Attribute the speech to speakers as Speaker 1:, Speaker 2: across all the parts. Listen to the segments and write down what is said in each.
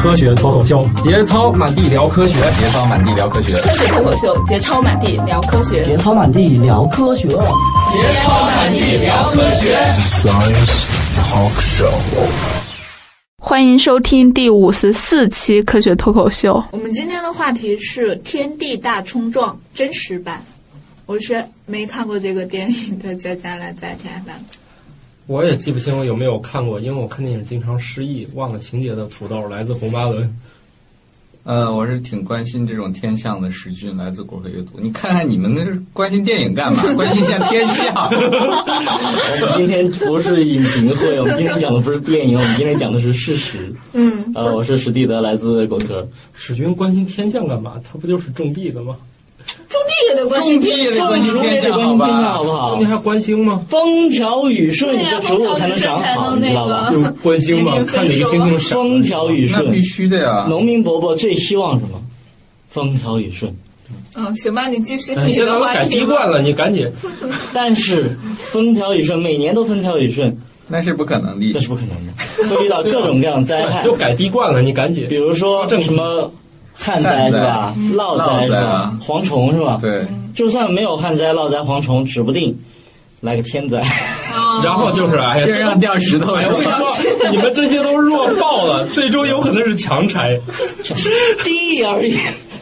Speaker 1: 科学脱口秀，节操满地聊科学，
Speaker 2: 节操满地聊科学，
Speaker 3: 科学脱口秀，节操满地聊科学，
Speaker 4: 节操满地聊科学，节
Speaker 5: 操满地聊科学。
Speaker 6: Science Talk Show。
Speaker 7: 欢迎收听第五十四期科学脱口秀。
Speaker 3: 我们今天的话题是《天地大冲撞》真实版。我是没看过这个电影的佳佳来在天安
Speaker 1: 我也记不清我有没有看过，因为我看电影经常失忆，忘了情节的土豆来自红巴伦。
Speaker 2: 呃，我是挺关心这种天象的史俊，来自果壳阅读。你看看你们那是关心电影干嘛？关心一下天象。
Speaker 4: 我们今天不是影评会，我们今天讲的不是电影，我们今天讲的是事实。
Speaker 3: 嗯，
Speaker 4: 呃，我是史蒂德，来自果壳。
Speaker 1: 史俊关心天象干嘛？他不就是种地的吗？
Speaker 3: 种地也得关心
Speaker 2: 天象，
Speaker 4: 种植物也得关心天象，好不好？
Speaker 1: 种地还关心吗？
Speaker 4: 风调雨顺，你这植物才能长好，你知道吧？
Speaker 1: 有关心吗？看哪个星星
Speaker 4: 闪。风调雨顺，
Speaker 2: 那必须的呀。
Speaker 4: 农民伯伯最希望什么？风调雨顺。
Speaker 3: 嗯，行吧，你继续。
Speaker 1: 你哎现在都改滴灌了，你赶紧。
Speaker 4: 但是风调雨顺，每年都风调雨顺。
Speaker 2: 那是不可能的，
Speaker 4: 这是不可能的，会遇到各种各样的 灾害。
Speaker 1: 就改滴灌了，你赶紧。
Speaker 4: 比如说什么旱灾是吧？涝灾是啊吧？蝗虫是吧？
Speaker 2: 对。
Speaker 4: 就算没有旱灾、涝灾、蝗虫，指不定来个天 灾。
Speaker 1: 然后就是哎呀，
Speaker 2: 天上掉石头。
Speaker 1: 哎呀，我跟你 说，你们这些都是弱爆了，最终有可能是强拆。
Speaker 4: 地 而已，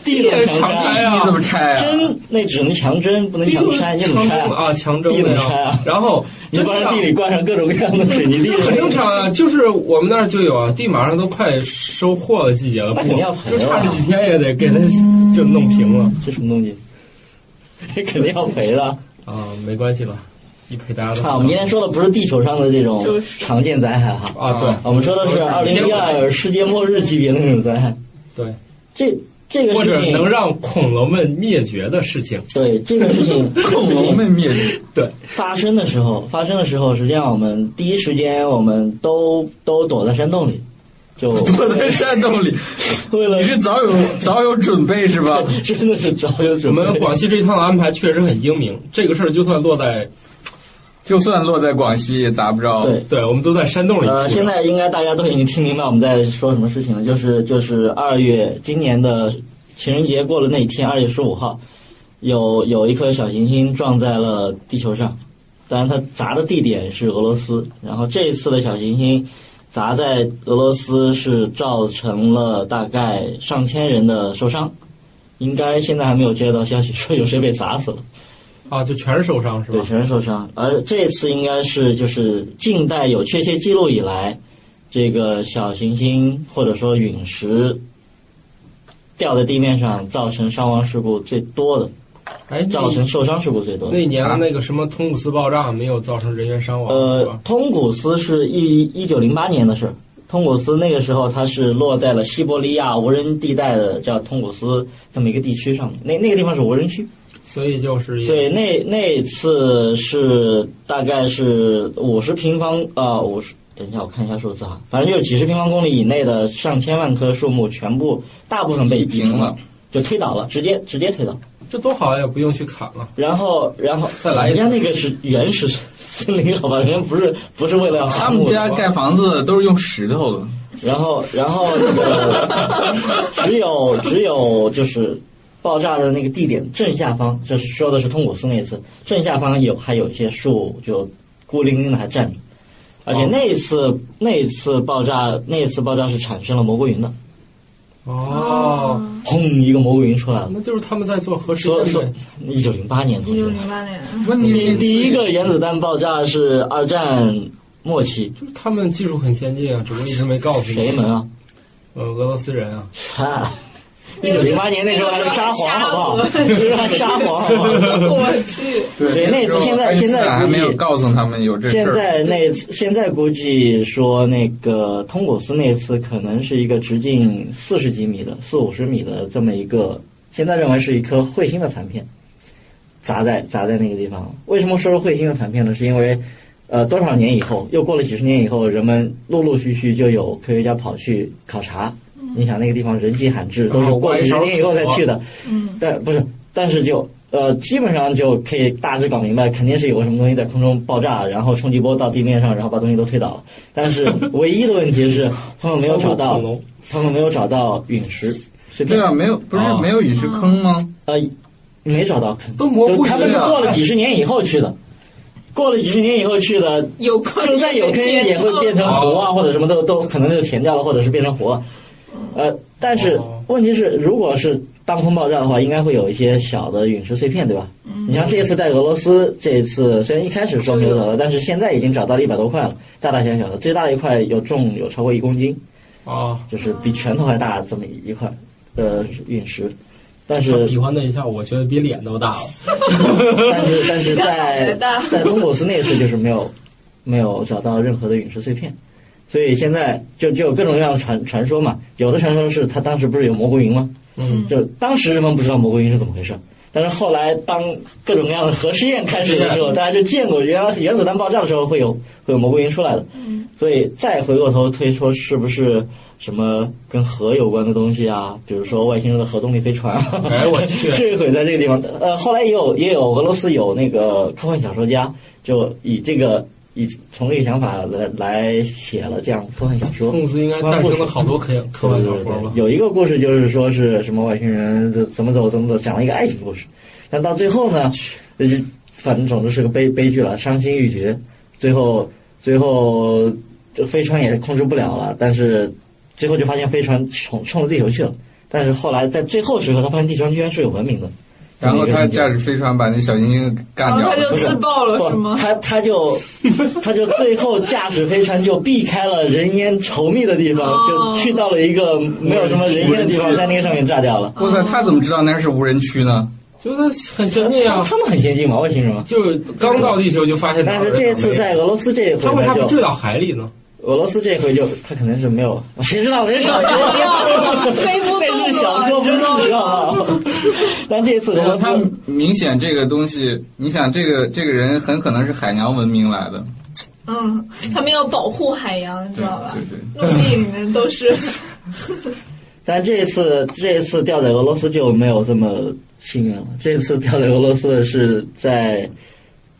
Speaker 4: 地能
Speaker 1: 强拆
Speaker 4: 哎
Speaker 2: 啊？你怎么拆啊？
Speaker 4: 针那只能强针，不能强拆。你怎么拆
Speaker 1: 啊？强针
Speaker 4: 地能拆啊？
Speaker 1: 然后
Speaker 4: 你把地里灌上各种各样的水泥地，
Speaker 1: 很正常 啊。就是我们那儿就有啊，地马上都快收获的季节了，不就差这几天也得给它就弄平了。
Speaker 4: 这什么东西？这 肯定要赔的
Speaker 1: 啊，没关系了。一陪大家
Speaker 4: 啊，我们今天说的不是地球上的这种常见灾害哈
Speaker 1: 啊，对，
Speaker 4: 我们说的是二零一二世界末日级别的那种灾害。
Speaker 1: 对，
Speaker 4: 这这个
Speaker 1: 或者能让恐龙们灭绝的事情。
Speaker 4: 对，这个 事情
Speaker 2: 恐龙们灭绝。
Speaker 1: 对，
Speaker 4: 发生的时候，发生的时候，实际上我们第一时间我们都都躲在山洞里，就
Speaker 2: 躲在山洞里。
Speaker 4: 为了
Speaker 2: 你是早有早有准备是吧？
Speaker 4: 真的是早有准
Speaker 1: 备。我们广西这一趟的安排确实很英明，这个事儿就算落在。
Speaker 2: 就算落在广西也砸不着。
Speaker 4: 对
Speaker 1: 对，我们都在山洞里。
Speaker 4: 呃，现在应该大家都已经听明白我们在说什么事情了，就是就是二月今年的情人节过了那一天，二月十五号，有有一颗小行星撞在了地球上，当然它砸的地点是俄罗斯，然后这一次的小行星砸在俄罗斯是造成了大概上千人的受伤，应该现在还没有接到消息说有谁被砸死了。
Speaker 1: 啊，就全是受伤是吧？
Speaker 4: 对，全是受伤。而这次应该是就是近代有确切记录以来，这个小行星或者说陨石掉在地面上造成伤亡事故最多的，
Speaker 1: 哎，
Speaker 4: 造成啊受伤事故最多的。
Speaker 1: 那年的那个什么通古斯爆炸没有造成人员伤亡。
Speaker 4: 呃，通古斯是一一九零八年的事儿。通古斯那个时候，它是落在了西伯利亚无人地带的叫通古斯这么一个地区上面。那那个地方是无人区。
Speaker 1: 所以就是，
Speaker 4: 对，那那次是大概是五十平方啊，五、呃、十。等一下，我看一下数字哈，反正就几十平方公里以内的上千万棵树木，全部大部分被
Speaker 2: 平了，
Speaker 4: 就推倒了，直接直接推倒。
Speaker 1: 这多好呀，不用去砍了。
Speaker 4: 然后，然后
Speaker 1: 再来一
Speaker 4: 人家那个是原始森林，好吧，人家不是不是为了
Speaker 2: 他们家盖房子都是用石头的。
Speaker 4: 然后，然后那个只有只有就是。爆炸的那个地点正下方，就是说的是通古斯那一次，正下方有还有一些树就孤零零的还站着，而且那一次、哦、那一次爆炸那一次爆炸是产生了蘑菇云的，
Speaker 1: 哦，
Speaker 4: 轰一个蘑菇云出来了，
Speaker 1: 那就是他们在做核试
Speaker 4: 验。一九零八年，
Speaker 3: 一九零八年，
Speaker 4: 第第一个原子弹爆炸是二战末期，
Speaker 1: 就是他们技术很先进啊，只不过一直没告诉
Speaker 4: 谁们啊，
Speaker 1: 呃，俄罗斯人啊。
Speaker 4: 啊 一九零八年那时候还是沙皇，好不好？那时候还 沙皇，好不好？
Speaker 3: 我去，
Speaker 4: 对，那次现在现在
Speaker 2: 还没有告诉他们有这事
Speaker 4: 现在那现在估计说那个通古斯那次可能是一个直径四十几米的、四五十米的这么一个，现在认为是一颗彗星的残片，砸在砸在那个地方。为什么说是彗星的残片呢？是因为呃多少年以后，又过了几十年以后，人们陆陆续续就有科学家跑去考察。你想那个地方人迹罕至，都是过几十年以后才去的，
Speaker 3: 嗯，
Speaker 4: 但不是，但是就呃，基本上就可以大致搞明白，肯定是有个什么东西在空中爆炸，然后冲击波到地面上，然后把东西都推倒了。但是唯一的问题是， 他们没有找到
Speaker 1: 恐，龙
Speaker 4: 他们没有找到陨石，是
Speaker 2: 对
Speaker 4: 这
Speaker 2: 啊，
Speaker 4: 样，
Speaker 2: 没有不是
Speaker 1: 哦
Speaker 2: 没有陨石坑吗？
Speaker 4: 呃，没找到，
Speaker 1: 都蘑
Speaker 4: 就
Speaker 1: 菇
Speaker 4: 他们是
Speaker 1: 云了
Speaker 4: 过了几十年以后去的，过了几十年以后去的，
Speaker 3: 有困
Speaker 4: 就算有坑也会变成湖啊，或者什么都都可能就填掉了，或者是变成湖了。呃，但是问题是，如果是当空爆炸的话，应该会有一些小的陨石碎片，对吧？你像这次在俄罗斯，这一次虽然一开始说没有找到，但是现在已经找到了一百多块了，大大小小的，最大一块有重有超过一公斤，
Speaker 1: 啊！
Speaker 4: 就是比拳头还大这么一块，呃，陨石。但是
Speaker 1: 比划那一下，我觉得比脸都大了。
Speaker 4: 但是但是在
Speaker 3: 比较好的
Speaker 4: 在中国斯那次就是没有没有找到任何的陨石碎片，所以现在就就有各种各样的传传说嘛。有的传说是他当时不是有蘑菇云吗？
Speaker 1: 嗯，
Speaker 4: 就当时人们不知道蘑菇云是怎么回事。但是后来，当各种各样的核试验开始的时候，大家就见过原来原子弹爆炸的时候会有会有蘑菇云出来的，所以再回过头推说是不是什么跟核有关的东西啊？比如说外星人的核动力飞船啊，
Speaker 1: 哎我 去
Speaker 4: 坠毁在这个地方。呃，后来也有也有俄罗斯有那个科幻小说家，就以这个以从这个想法来来写了这样科幻小说。
Speaker 1: 公司应该诞生了好多科科幻小说吧？
Speaker 4: 有一个故事就是说是什么外星人怎么走怎么走，讲了一个爱情故事，但到最后呢，就是反正总之是个悲悲剧了，伤心欲绝。最后最后这飞船也控制不了了，但是最后就发现飞船冲冲着地球去了。但是后来在最后时刻，他发现地球上居然是有文明的。
Speaker 2: 然后他驾驶飞船把那小行星干
Speaker 3: 哦
Speaker 7: 然后
Speaker 2: 掉
Speaker 7: 他
Speaker 2: 了，
Speaker 7: 就自爆了是
Speaker 4: 哦不，
Speaker 7: 吗？
Speaker 4: 他他就他就最后驾驶飞船就避开了人烟稠密的地方，
Speaker 7: 哦
Speaker 4: 就去到了一个没有什么人烟的地方，在那个上面炸掉了。
Speaker 2: 哇塞，他怎么知道那是无人区呢？
Speaker 1: 觉得很先进
Speaker 4: 他
Speaker 1: 啊！
Speaker 4: 他们很先进嘛，外星人嘛。
Speaker 1: 就是刚到地球就发现哪
Speaker 4: 但
Speaker 1: 儿
Speaker 4: 是
Speaker 1: 哪儿没
Speaker 4: 这
Speaker 1: 有，
Speaker 4: 次在俄罗斯这一回
Speaker 1: 他为
Speaker 4: 呢，
Speaker 1: 啥不
Speaker 4: 就
Speaker 1: 坠到海里呢？
Speaker 4: 俄罗斯这回就他可能是没有，谁知道？人少
Speaker 7: 了
Speaker 3: 哦
Speaker 4: 说，
Speaker 7: 飞不动了
Speaker 4: 那是小说，不是史料啊。 但这次俄
Speaker 2: 然后
Speaker 4: 罗
Speaker 2: 他
Speaker 4: 斯
Speaker 2: 明显这个东西，你想这个这个人很可能是海洋文明来的，
Speaker 3: 嗯，他们要保护海洋，你知
Speaker 2: 对
Speaker 3: 道吧
Speaker 2: 对？对。
Speaker 3: 陆地里面都是，
Speaker 4: 但这一次这一次掉在俄罗斯就没有这么幸运了。这次掉在俄罗斯的是在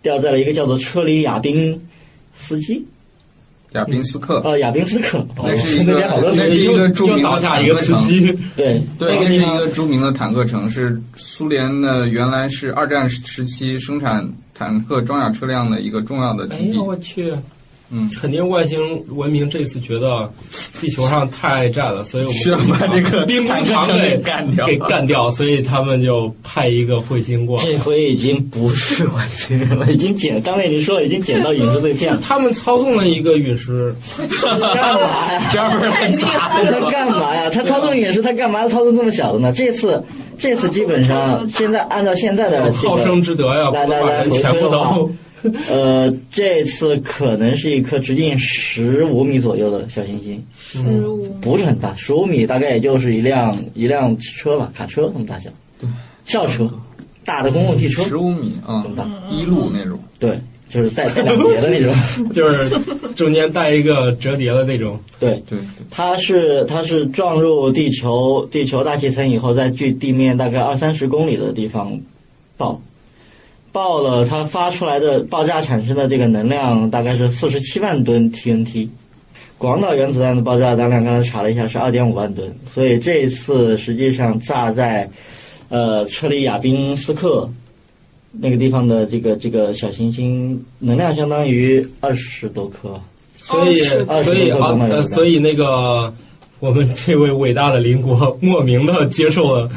Speaker 4: 掉在了一个叫做车里亚宾斯基，
Speaker 2: 亚宾斯克，
Speaker 4: 呃，亚宾斯克，哦
Speaker 2: 啊那是一
Speaker 4: 那
Speaker 2: 个
Speaker 4: 边好多
Speaker 2: 那是
Speaker 4: 词
Speaker 2: 一个著名
Speaker 1: 又
Speaker 2: 的
Speaker 1: 倒下一个
Speaker 2: 坦克
Speaker 1: 司
Speaker 2: 城
Speaker 1: 机，
Speaker 4: 对
Speaker 2: 对，那是
Speaker 4: 那个地
Speaker 2: 一
Speaker 4: 方
Speaker 2: 个著名的坦克城，是苏联的原来是二战时期生产坦克装甲车辆的一个重要的
Speaker 1: 哎
Speaker 2: 基
Speaker 1: 呀，
Speaker 2: 地。
Speaker 1: 我去！
Speaker 2: 嗯
Speaker 1: 肯定外星文明这次觉得地球上太占了，所以我们
Speaker 2: 需要把这个
Speaker 1: 兵工厂
Speaker 2: 坦克
Speaker 1: 给
Speaker 2: 给干掉
Speaker 1: 给干掉，所以他们就派一个彗星过来。
Speaker 4: 这回已经不是外星人了，已经捡。刚才你说已经捡到陨石碎 片了，
Speaker 1: 他们操纵了一个陨石，
Speaker 4: 干嘛呀？
Speaker 2: 专门来砸的
Speaker 4: 他干嘛呀？他操纵也是，他干嘛操纵这么小的呢？这次，这次基本上现在按照现在的这
Speaker 1: 好生
Speaker 4: 个，
Speaker 1: 之德呀，不
Speaker 4: 来
Speaker 1: 能
Speaker 4: 来
Speaker 1: 把
Speaker 4: 来，
Speaker 1: 人
Speaker 4: 回
Speaker 1: 全
Speaker 4: 推
Speaker 1: 部
Speaker 4: 的话
Speaker 1: 都。，
Speaker 4: 呃，这次可能是一颗直径十五米左右的小行星，
Speaker 1: 嗯，
Speaker 4: 不是很大，十五米大概也就是一辆一辆车吧，卡车那么大小，校车，大的公共汽车
Speaker 2: 十五米啊
Speaker 4: 这么大，，
Speaker 2: 一路那种。
Speaker 4: 对，就是带带两节的那种。
Speaker 1: 就是中间带一个折叠的那种，
Speaker 4: 对，
Speaker 2: 对对，
Speaker 4: 它是它是撞入地球地球大气层以后，在距地面大概二三十公里的地方爆，爆了，它发出来的爆炸产生的这个能量大概是四十七万吨 TNT。广岛原子弹的爆炸当量刚才查了一下是二点五万吨，所以这一次实际上炸在呃车里亚宾斯克那个地方的这个这个小行星能量相当于二十多颗。
Speaker 1: 所以
Speaker 4: 哦是
Speaker 1: 所以
Speaker 4: 哦
Speaker 1: 啊
Speaker 4: 是的
Speaker 1: 呃所以那个我们这位伟大的邻国莫名的接受了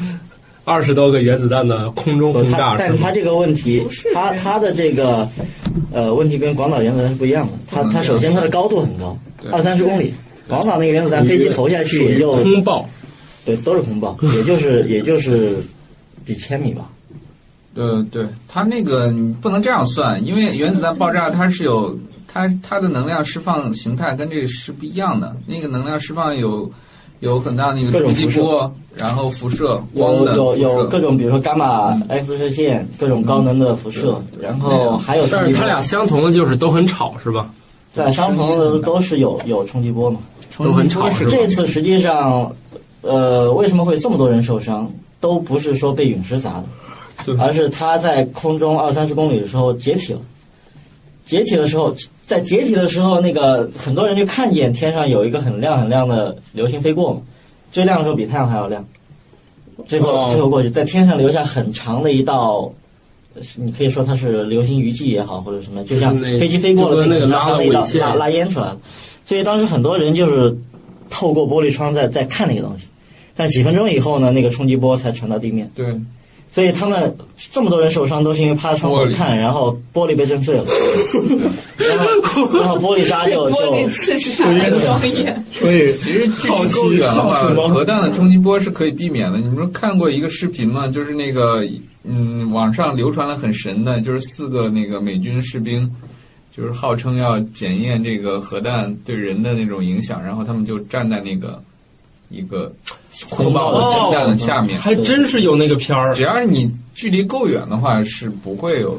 Speaker 1: 二十多个原子弹的空中轰炸，
Speaker 4: 他但
Speaker 1: 是
Speaker 4: 是
Speaker 1: 吗
Speaker 4: 他？这个问题，他他的这个呃问题跟广岛原子弹是不一样的。他
Speaker 2: 嗯
Speaker 4: 他首先它的高度很高
Speaker 2: 对，
Speaker 4: 二三十公里。广岛那个原子弹飞机投下去也就
Speaker 1: 空爆，
Speaker 4: 对都是空爆，也就是也就是几千米吧。
Speaker 2: 呃，对，它那个你不能这样算，因为原子弹爆炸它是有它它的能量释放形态跟这个是不一样的，那个能量释放有有很大的那
Speaker 4: 各
Speaker 2: 个
Speaker 4: 种
Speaker 2: 冲击
Speaker 4: 辐射
Speaker 2: 波，然后辐射 光
Speaker 4: 有
Speaker 2: 的
Speaker 4: 有
Speaker 2: 辐
Speaker 4: 有
Speaker 2: 射
Speaker 4: 各。种，比如说伽马 X 射线，各种高能的辐射，
Speaker 2: 嗯
Speaker 4: 哦然后还有
Speaker 1: 但
Speaker 4: 冲
Speaker 1: 是
Speaker 4: 击
Speaker 1: 它
Speaker 4: 波
Speaker 1: 俩相同的就是都很吵，是吧？
Speaker 4: 对相同的都是有有冲击波嘛。
Speaker 1: 都很吵是吧？
Speaker 4: 这次实际上，呃，为什么会这么多人受伤，都不是说被陨石砸的，
Speaker 2: 对
Speaker 4: 而是它在空中二三十公里的时候解体了。解体的时候，在解体的时候，那个很多人就看见天上有一个很亮很亮的流星飞过嘛，最亮的时候比太阳还要亮。最后，
Speaker 1: 哦
Speaker 4: 最后过去，在天上留下很长的一道，呃你可以说它是流星余迹也好，或者什么，就像
Speaker 1: 就是那
Speaker 4: 飞机飞过
Speaker 1: 就
Speaker 4: 了
Speaker 1: 跟那个
Speaker 4: 很
Speaker 1: 拉
Speaker 4: 长
Speaker 1: 了
Speaker 4: 的一道
Speaker 1: 纬线
Speaker 4: 拉拉烟出来了。所以当时很多人就是透过玻璃窗在在看那个东西，但几分钟以后呢，那个冲击波才传到地面。
Speaker 2: 对，
Speaker 4: 所以他们这么多人受伤，都是因为趴窗户看，然后玻璃被 震碎了，然后然后玻璃渣就
Speaker 3: 玻璃
Speaker 4: 就
Speaker 3: 刺伤了双眼，
Speaker 1: 所以
Speaker 2: 其实距
Speaker 1: 好
Speaker 2: 离够
Speaker 1: 奇啊
Speaker 2: 远了
Speaker 1: 上次吗
Speaker 2: 吧？啊核弹的冲击波是可以避免的。你们看过一个视频吗？就是那个嗯，网上流传的很神的，就是四个那个美军士兵，就是号称要检验这个核弹对人的那种影响，然后他们就站在那个一个
Speaker 4: 红
Speaker 2: 红
Speaker 4: 包
Speaker 2: 爆
Speaker 4: 的
Speaker 2: 的
Speaker 1: 哦
Speaker 2: 炸弹的下面，
Speaker 1: 还真是有那个片儿
Speaker 2: 只，要你距离够远的话，是不会有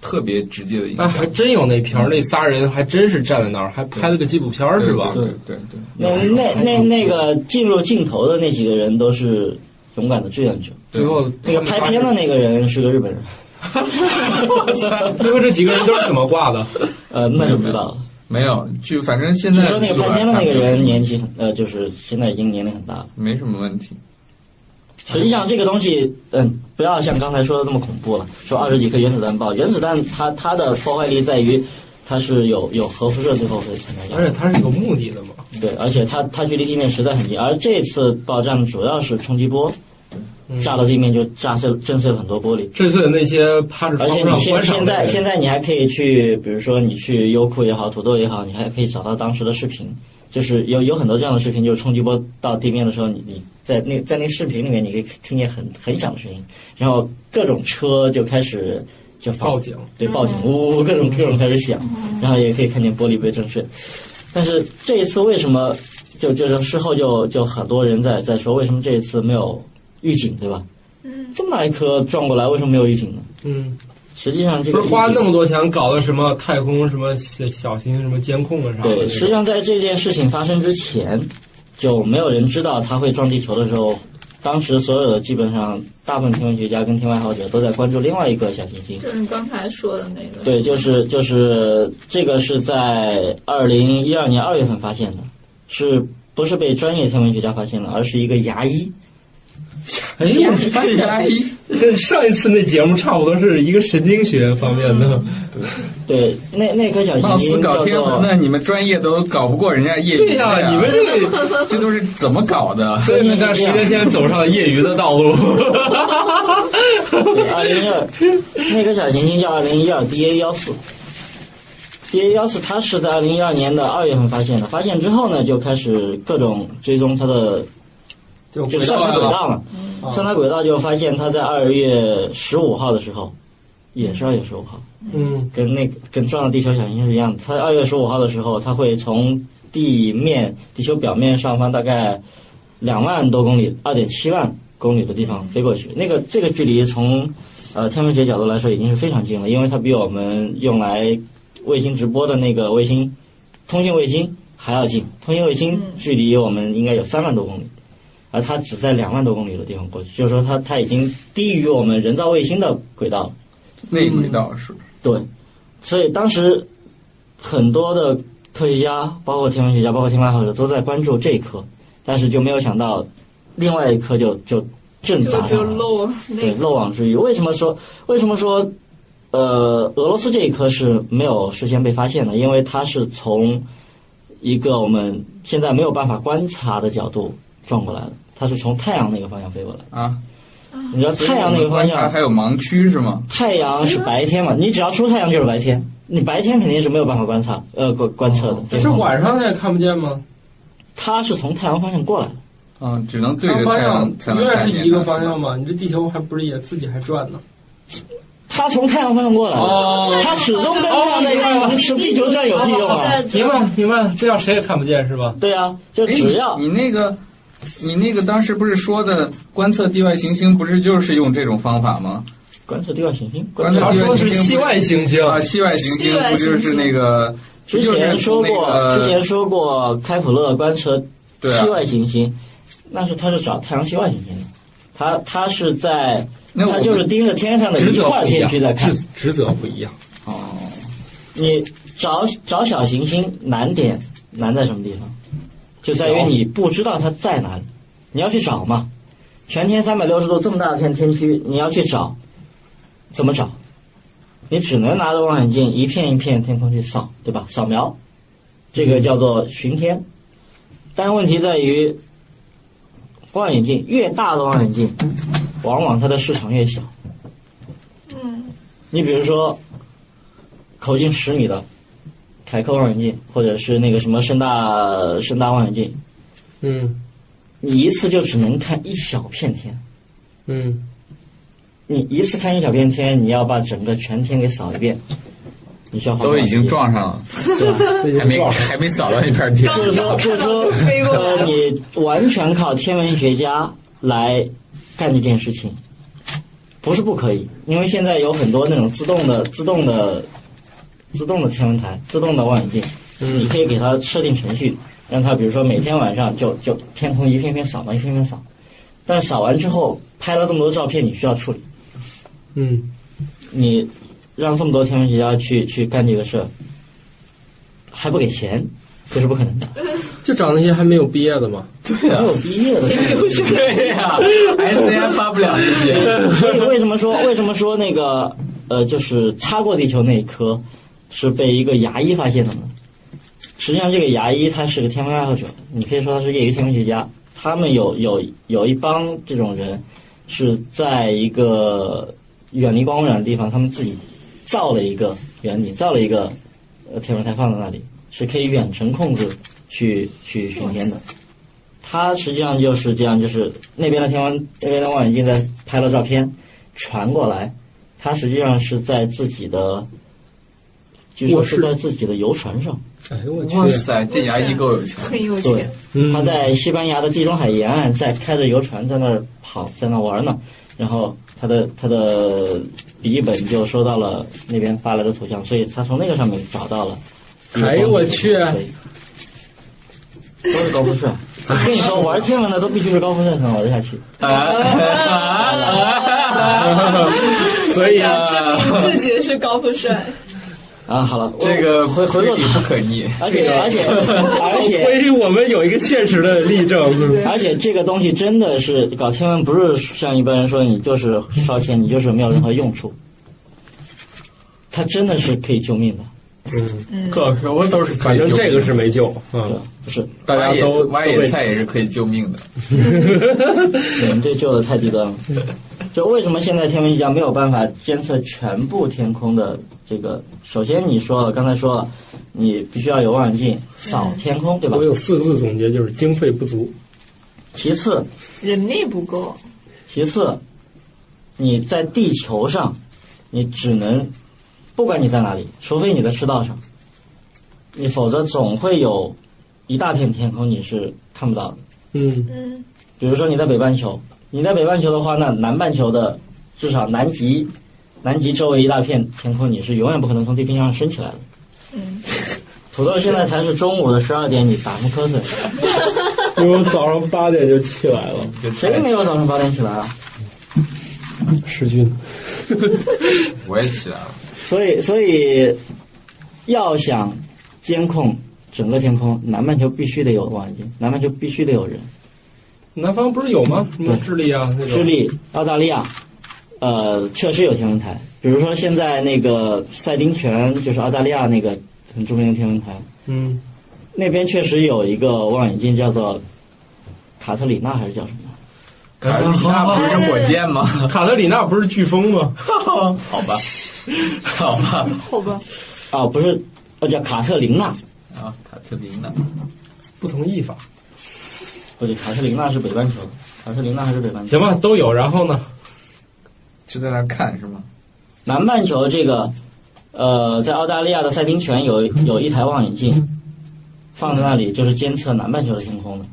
Speaker 2: 特别直接的影
Speaker 1: 哎，
Speaker 2: 响。
Speaker 1: 还真有那片儿，那仨人还真是站在那儿，还拍了个纪录片儿
Speaker 2: 对
Speaker 1: 是吧？
Speaker 2: 对对对
Speaker 4: 那 那那那个进入镜头的那几个人都是勇敢的志愿者，
Speaker 2: 对，
Speaker 1: 最后
Speaker 4: 那个拍片的那个人是个日本人，
Speaker 1: 最后这几个人都是怎么挂的？
Speaker 4: 呃，那就不知道了。
Speaker 2: 没有，就反正现
Speaker 4: 就
Speaker 2: 在
Speaker 4: 说那个
Speaker 2: 纪录
Speaker 4: 拍
Speaker 2: 片
Speaker 4: 片的那个
Speaker 2: 看没有什
Speaker 4: 人
Speaker 2: 么
Speaker 4: 年纪很呃，就是现在已经年龄很大了。
Speaker 2: 没什么问题。
Speaker 4: 实际上，这个东西，嗯，不要像刚才说的那么恐怖了。说二十几颗原子弹爆，原子弹它它的破坏力在于，它是有有核辐射最后会产生
Speaker 1: 而
Speaker 4: 的。
Speaker 1: 且它是有目的的嘛。
Speaker 4: 对，而且它它距离地面实在很近，而这次爆炸呢主要是冲击波，炸到地面就炸碎震碎了很多玻璃。
Speaker 1: 嗯这次那些趴着
Speaker 4: 而
Speaker 1: 窗
Speaker 4: 且
Speaker 1: 户上
Speaker 4: 你现
Speaker 1: 观赏
Speaker 4: 现
Speaker 1: 的
Speaker 4: 在
Speaker 1: 人
Speaker 4: 现在你还可以去，比如说你去优酷也好，土豆也好，你还可以找到当时的视频，就是有有很多这样的视频，就是冲击波到地面的时候，你你在那在那个视频里面，你可以听见很很响的声音，然后各种车就开始就发
Speaker 1: 报警，
Speaker 4: 对报警，呜呜呜，各种各种开始响，然后也可以看见玻璃被震碎。但是这一次为什么就就是事后就就很多人在在说，为什么这一次没有预警，对吧？
Speaker 3: 嗯，
Speaker 4: 这么大一颗撞过来，为什么没有预警呢？
Speaker 1: 嗯，
Speaker 4: 实际上这
Speaker 1: 不
Speaker 4: 个
Speaker 1: 是花
Speaker 4: 预
Speaker 1: 那
Speaker 4: 警
Speaker 1: 么多钱搞的什么太空什么小小型什么监控啊啥的那种，
Speaker 4: 对，实际上在这件事情发生之前，就没有人知道它会撞地球的时候，当时所有的基本上大部分天文学家跟天文爱好者都在关注另外一个小行星。
Speaker 3: 就是你刚才说的那个，
Speaker 4: 对，就是就是这个是在二零一二年二月份发现的，是不是被专业天文学家发现的，而是一个牙医。
Speaker 1: 哎，我是发现，跟上一次那节目差不多是一个神经学方面
Speaker 2: 嗯
Speaker 1: 的，
Speaker 4: 对，那那颗小
Speaker 2: 貌
Speaker 4: 行
Speaker 2: 似
Speaker 4: 星
Speaker 2: 搞
Speaker 4: 叫
Speaker 2: 天文
Speaker 4: 做
Speaker 2: 的，你们专业都搞不过人家业余的
Speaker 1: 对呀，你们这个，
Speaker 2: 这都是怎么搞的？
Speaker 1: 所以你看，谁在现在走上了业余的道 路？
Speaker 4: 二零一二，那颗小行星叫二零一二 DA 幺四，DA 幺四它是在二零一二年的二月份发现的，发现之后呢，就开始各种追踪它的，
Speaker 1: 就
Speaker 4: 就
Speaker 1: 回
Speaker 4: 算
Speaker 1: 到
Speaker 4: 它轨
Speaker 1: 了，
Speaker 4: 道了，算它轨道就发现它在二月十五号的时候，也是二月十五号，
Speaker 1: 嗯，
Speaker 4: 跟那个跟撞到地球小行星是一样的，它二月十五号的时候，它会从地面地球表面上方大概两万多公里，二点七万公里的地方飞过去。那个这个距离从呃天文学角度来说已经是非常近了，因为它比我们用来卫星直播的那个卫星通信卫星还要近。通信卫星距离我们应该有三万多公里，而它只在两万多公里的地方过去，就是说它它已经低于我们人造卫星的轨道了。
Speaker 2: 内轨道是
Speaker 4: 对，所以当时很多的科学家，包括天文学家，包括天文爱好者，都在关注这一颗，但是就没有想到另外一颗就就正
Speaker 3: 就
Speaker 4: 砸
Speaker 3: 就
Speaker 4: 上了，
Speaker 3: 漏
Speaker 4: 对
Speaker 3: 那个，
Speaker 4: 漏网之鱼。为什么说为什么说呃俄罗斯这一颗是没有事先被发现的？因为它是从一个我们现在没有办法观察的角度撞过来的，它是从太阳那个方向飞过来的。
Speaker 2: 啊，
Speaker 4: 你知道太阳那个方向
Speaker 2: 还有盲区是吗？
Speaker 4: 太阳是白天嘛，你只要出太阳就是白天，你白天肯定是没有办法观察呃观观测
Speaker 2: 哦
Speaker 4: 的。
Speaker 1: 这是晚上他也看不见吗？
Speaker 4: 它是从太阳方向过来的，
Speaker 2: 嗯，只能对
Speaker 1: 它
Speaker 2: 着
Speaker 1: 方
Speaker 2: 太
Speaker 1: 向
Speaker 2: 阳才能
Speaker 1: 永远
Speaker 2: 看
Speaker 1: 是
Speaker 2: 见。
Speaker 1: 一个方向嘛？你这地球还不是也自己还转呢？
Speaker 4: 它从太阳方向过来的，
Speaker 1: 哦
Speaker 4: 它始终跟太阳在一块儿，是地球上有屁用啊？
Speaker 1: 明白明白，这样谁也看不见是吧？
Speaker 4: 对啊，就
Speaker 2: 哦哎，
Speaker 4: 只要
Speaker 2: 你你那个，你那个当时不是说的观测地外行星，不是就是用这种方法吗？
Speaker 4: 观测地外行星，
Speaker 2: 观测
Speaker 1: 他
Speaker 2: 地外
Speaker 1: 说
Speaker 2: 行
Speaker 1: 是
Speaker 2: 星
Speaker 1: 系外行星，
Speaker 2: 啊，系外行星
Speaker 3: 系外
Speaker 2: 不就
Speaker 3: 行
Speaker 2: 是
Speaker 3: 星
Speaker 2: 那个？不
Speaker 4: 之
Speaker 2: 就是
Speaker 4: 前说过，
Speaker 2: 那个
Speaker 4: 之前说过开普勒观测
Speaker 2: 对啊
Speaker 4: 系外行星，那是它是找太阳系外行星的，他他是在
Speaker 2: 那我
Speaker 4: 他就是盯着天上的
Speaker 1: 职
Speaker 4: 一
Speaker 1: 责
Speaker 4: 块
Speaker 1: 不一
Speaker 4: 片
Speaker 1: 样
Speaker 4: 区在，看
Speaker 1: 职。职责不一样。
Speaker 2: 哦，
Speaker 4: 你找找小行星难点难在什么地方？就在于你不知道它在哪里，你要去找嘛。全天三百六十度这么大片天区，你要去找，怎么找？你只能拿着望远镜一片一片天空去扫，对吧？扫描，这个叫做巡天。但问题在于，望远镜越大的望远镜，往往它的市场越小。
Speaker 3: 嗯，
Speaker 4: 你比如说，口径十米的凯科望远镜，或者是那个什么深大深大望远镜，
Speaker 1: 嗯
Speaker 4: 你一次就只能看一小片天。
Speaker 1: 嗯，
Speaker 4: 你一次看一小片天，你要把整个全天给扫一遍，你需要花多
Speaker 2: 都
Speaker 4: 少
Speaker 2: 已经
Speaker 4: 时间
Speaker 2: 撞上了，
Speaker 4: 对吧？
Speaker 2: 还没还没扫到那片天，
Speaker 4: 就是说，就是说，
Speaker 3: 飞过来
Speaker 4: 呃，你完全靠天文学家来干这件事情，不是不可以，因为现在有很多那种自动的、自动的、自动的天文台、自动的望远镜，你
Speaker 1: 嗯
Speaker 4: 可以给它设定程序，让它比如说每天晚上就就天空一片片扫嘛，一片片扫，但是扫完之后拍了这么多照片，你需要处理，
Speaker 1: 嗯，
Speaker 4: 你让这么多天文学家去去干这个事儿，还不给钱，这是不可能的。
Speaker 1: 就找那些还没有毕业的嘛。
Speaker 2: 对 啊
Speaker 4: 没有毕业的，
Speaker 2: 对呀，ICN 发不了这些，
Speaker 4: 所以为什么说 为什么说那个呃，就是擦过地球那一颗是被一个牙医发现的呢？实际上，这个牙医他是个天文爱好者，你可以说他是业余天文学家。他们有有有一帮这种人是在一个远离光污染的地方，他们自己造了一个原理，造了一个呃天文台放在那里，是可以远程控制去去巡天的。它实际上就是这样，就是那边的天文那边的望远镜在拍了照片，传过来，它实际上是在自己的，据说
Speaker 1: 我是
Speaker 4: 是在自己的游船上，
Speaker 1: 哎呦我去！
Speaker 2: 哇塞，这牙医够有钱，
Speaker 3: 很有
Speaker 4: 对
Speaker 3: 钱，，
Speaker 1: 嗯
Speaker 4: 他在西班牙的地中海沿岸在开着游船在那儿跑，在那儿玩呢，然后他的他的笔记本就收到了那边发来的图像，所以他从那个上面找到了。
Speaker 1: 哎呦我去！
Speaker 4: 都是高富帅，
Speaker 1: 哎
Speaker 4: 我跟你说，玩天文的都必须是高富帅才能玩得下去。
Speaker 2: 啊
Speaker 1: 所以 啊，
Speaker 3: 想证明自己是高富帅，
Speaker 4: 啊，好了，我
Speaker 2: 这个
Speaker 4: 回回过
Speaker 2: 推
Speaker 4: 头
Speaker 2: 理，不可逆，
Speaker 4: 而 且而且而
Speaker 1: 所
Speaker 4: 且
Speaker 1: 以我们有一个现实的例证。嗯
Speaker 4: 而且这个东西真的是搞天文，不是像一般人说你就是烧钱，你就是没有任何用处。它真的是可以救命的，
Speaker 1: 嗯，
Speaker 2: 可什么都是可
Speaker 1: 反
Speaker 2: 以救
Speaker 1: 正
Speaker 2: 命的，
Speaker 1: 这个是没救
Speaker 4: 对吧
Speaker 1: 嗯，？
Speaker 4: 不是，
Speaker 1: 大家都
Speaker 2: 挖野挖野菜也是可以救命的，
Speaker 4: 你们这救的太低端了。就为什么现在天文学家没有办法监测全部天空的这个？首先你说了，刚才说了，你必须要有望远镜扫天空，对吧
Speaker 1: 我？有四个字总结，就是经费不足。
Speaker 4: 其次，
Speaker 3: 人力不够，
Speaker 4: 其次，你在地球上，你只能，不管你在哪里，除非你在赤道上，你否则总会有一大片天空你是看不到的。
Speaker 1: 嗯
Speaker 3: 嗯，
Speaker 4: 比如说你在北半球，你在北半球的话，那南半球的至少南极，南极周围一大片天空，你是永远不可能从地平线上升起来的。
Speaker 3: 嗯。
Speaker 4: 土豆现在才是中午的十二点，你打什么瞌睡？
Speaker 1: 因为我早上八点就起来 了。
Speaker 2: 就
Speaker 4: 谁没有早上八点起来啊？
Speaker 1: 世军，
Speaker 2: 我也起来了，
Speaker 4: 所以，所以要想监控整个天空，南半球必须得有望远镜，南半球必须得有人。
Speaker 1: 南方不是有吗？什么智利啊那种？
Speaker 4: 智利、澳大利亚，呃，确实有天文台。比如说，现在那个呃塞丁泉，就是澳大利亚那个很著名的天文台，
Speaker 1: 嗯，
Speaker 4: 那边确实有一个望远镜，叫做卡特里娜还是叫什么？
Speaker 2: 卡特里娜不是火箭吗？
Speaker 1: 卡特里娜不是飓风吗？
Speaker 2: 好吧，好吧，
Speaker 3: 好吧，
Speaker 4: 啊，不是，哦，叫卡特琳娜，
Speaker 2: 啊，卡特里娜，
Speaker 1: 不同译法。
Speaker 4: 不对，卡特琳娜是北半球的，卡特琳娜还是北半球？
Speaker 1: 行吧，都有。然后呢？
Speaker 2: 就在那儿看是吗？
Speaker 4: 南半球这个，呃，在澳大利亚的塞丁泉有有一台望远镜，放在那里就是监测南半球的天空的。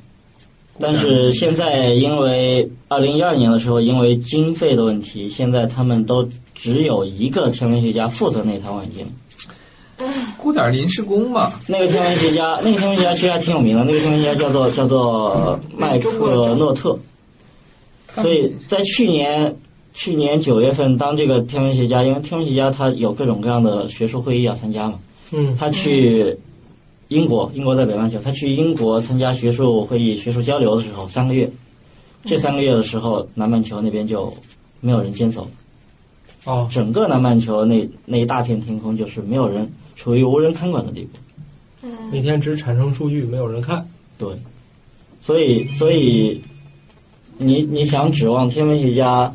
Speaker 4: 但是现在因为二零一二年的时候，因为经费的问题，现在他们都只有一个天文学家负责那台望远镜。
Speaker 2: 雇点临时工吧，
Speaker 4: 那个天文学家， 那个天文学家其实还挺有名的，那个天文学家叫做叫做麦克诺特，所以在去年去年九月份，当这个天文学家，因为天文学家他有各种各样的学术会议要参加嘛，
Speaker 1: 嗯
Speaker 4: 他去英国，英国在北半球，他去英国参加学术会议、学术交流的时候，三个月，这三个月的时候，南半球那边就没有人坚守，
Speaker 1: 哦，
Speaker 4: 整个南半球那那一大片天空就是没有人，处于无人看管的地步。
Speaker 1: 每天只产生数据，没有人看。
Speaker 4: 对，所以所以你你想指望天文学家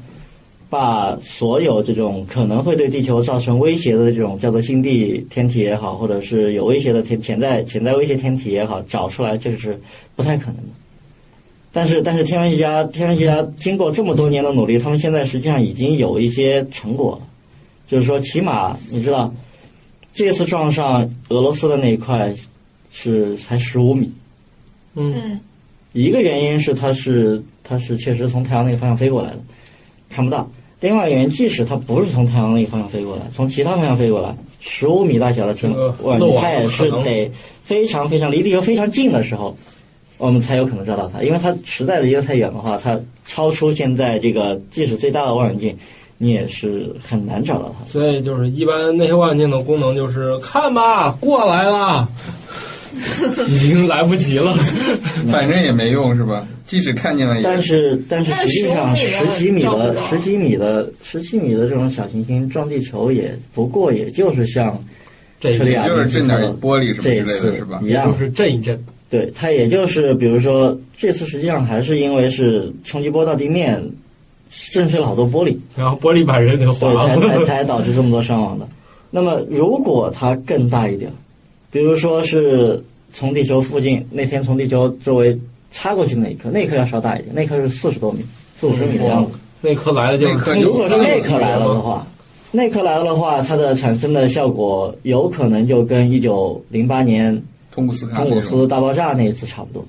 Speaker 4: 把所有这种可能会对地球造成威胁的这种叫做星地天体也好，或者是有威胁的天潜在潜在威胁天体也好，找出来，这个是不太可能的。但是，但是天文学家，天文学家经过这么多年的努力，他们现在实际上已经有一些成果了。就是说，起码你知道，这次撞上俄罗斯的那一块是才十五米，
Speaker 1: 嗯
Speaker 3: 嗯
Speaker 4: 一个原因是它是它是确实从太阳那个方向飞过来的，看不到；另外一个原因，即使它不是从太阳那个方向飞过来，从其他方向飞过来，十五米大小的天
Speaker 1: 这个
Speaker 4: 望
Speaker 1: 漏
Speaker 4: 远镜，
Speaker 1: 网
Speaker 4: 它也
Speaker 1: 不可
Speaker 4: 是
Speaker 1: 能
Speaker 4: 得非常非常离地球非常近的时候，我们才有可能抓到它。因为它实在离得太远的话，它超出现在这个即使最大的望远镜，你也是很难找到它。
Speaker 1: 所以就是一般那些望远镜的功能就是看吧，过来 了，已经来不及了。
Speaker 2: 反正也没用是吧？即使看见了也，
Speaker 4: 但是但是实际上
Speaker 3: 但是
Speaker 4: 十几米
Speaker 3: 15米的找
Speaker 4: 的
Speaker 3: 不到
Speaker 4: 十几米的十几米的这种小行星撞地球也不过也就是像
Speaker 1: 这
Speaker 4: 车里
Speaker 1: 也
Speaker 4: 啊
Speaker 2: 就是震点玻璃什么
Speaker 4: 这一
Speaker 2: 之类
Speaker 4: 次
Speaker 2: 的是吧
Speaker 4: 一？
Speaker 1: 就
Speaker 4: 样，
Speaker 1: 是震一震。
Speaker 4: 对它也就是比如说这次实际上还是因为是冲击波到地面震碎了好多玻璃，
Speaker 1: 然后玻璃把人给
Speaker 4: 对，
Speaker 1: 划
Speaker 4: 才才
Speaker 1: 了。
Speaker 4: 才导致这么多伤亡的。那么如果它更大一点，比如说是从地球附近那天从地球周围擦过去的那一颗，那一颗要稍大一点，那一颗是四十多米、四五十米的样子。
Speaker 1: 那颗来了就
Speaker 2: 那颗
Speaker 1: 是
Speaker 2: 就
Speaker 4: 如果是内科来了的话，内科来了的话，它的产生的效果有可能就跟一九零八年
Speaker 2: 通古斯卡
Speaker 4: 通
Speaker 2: 那
Speaker 4: 古
Speaker 2: 种
Speaker 4: 斯大爆炸那一次差不多。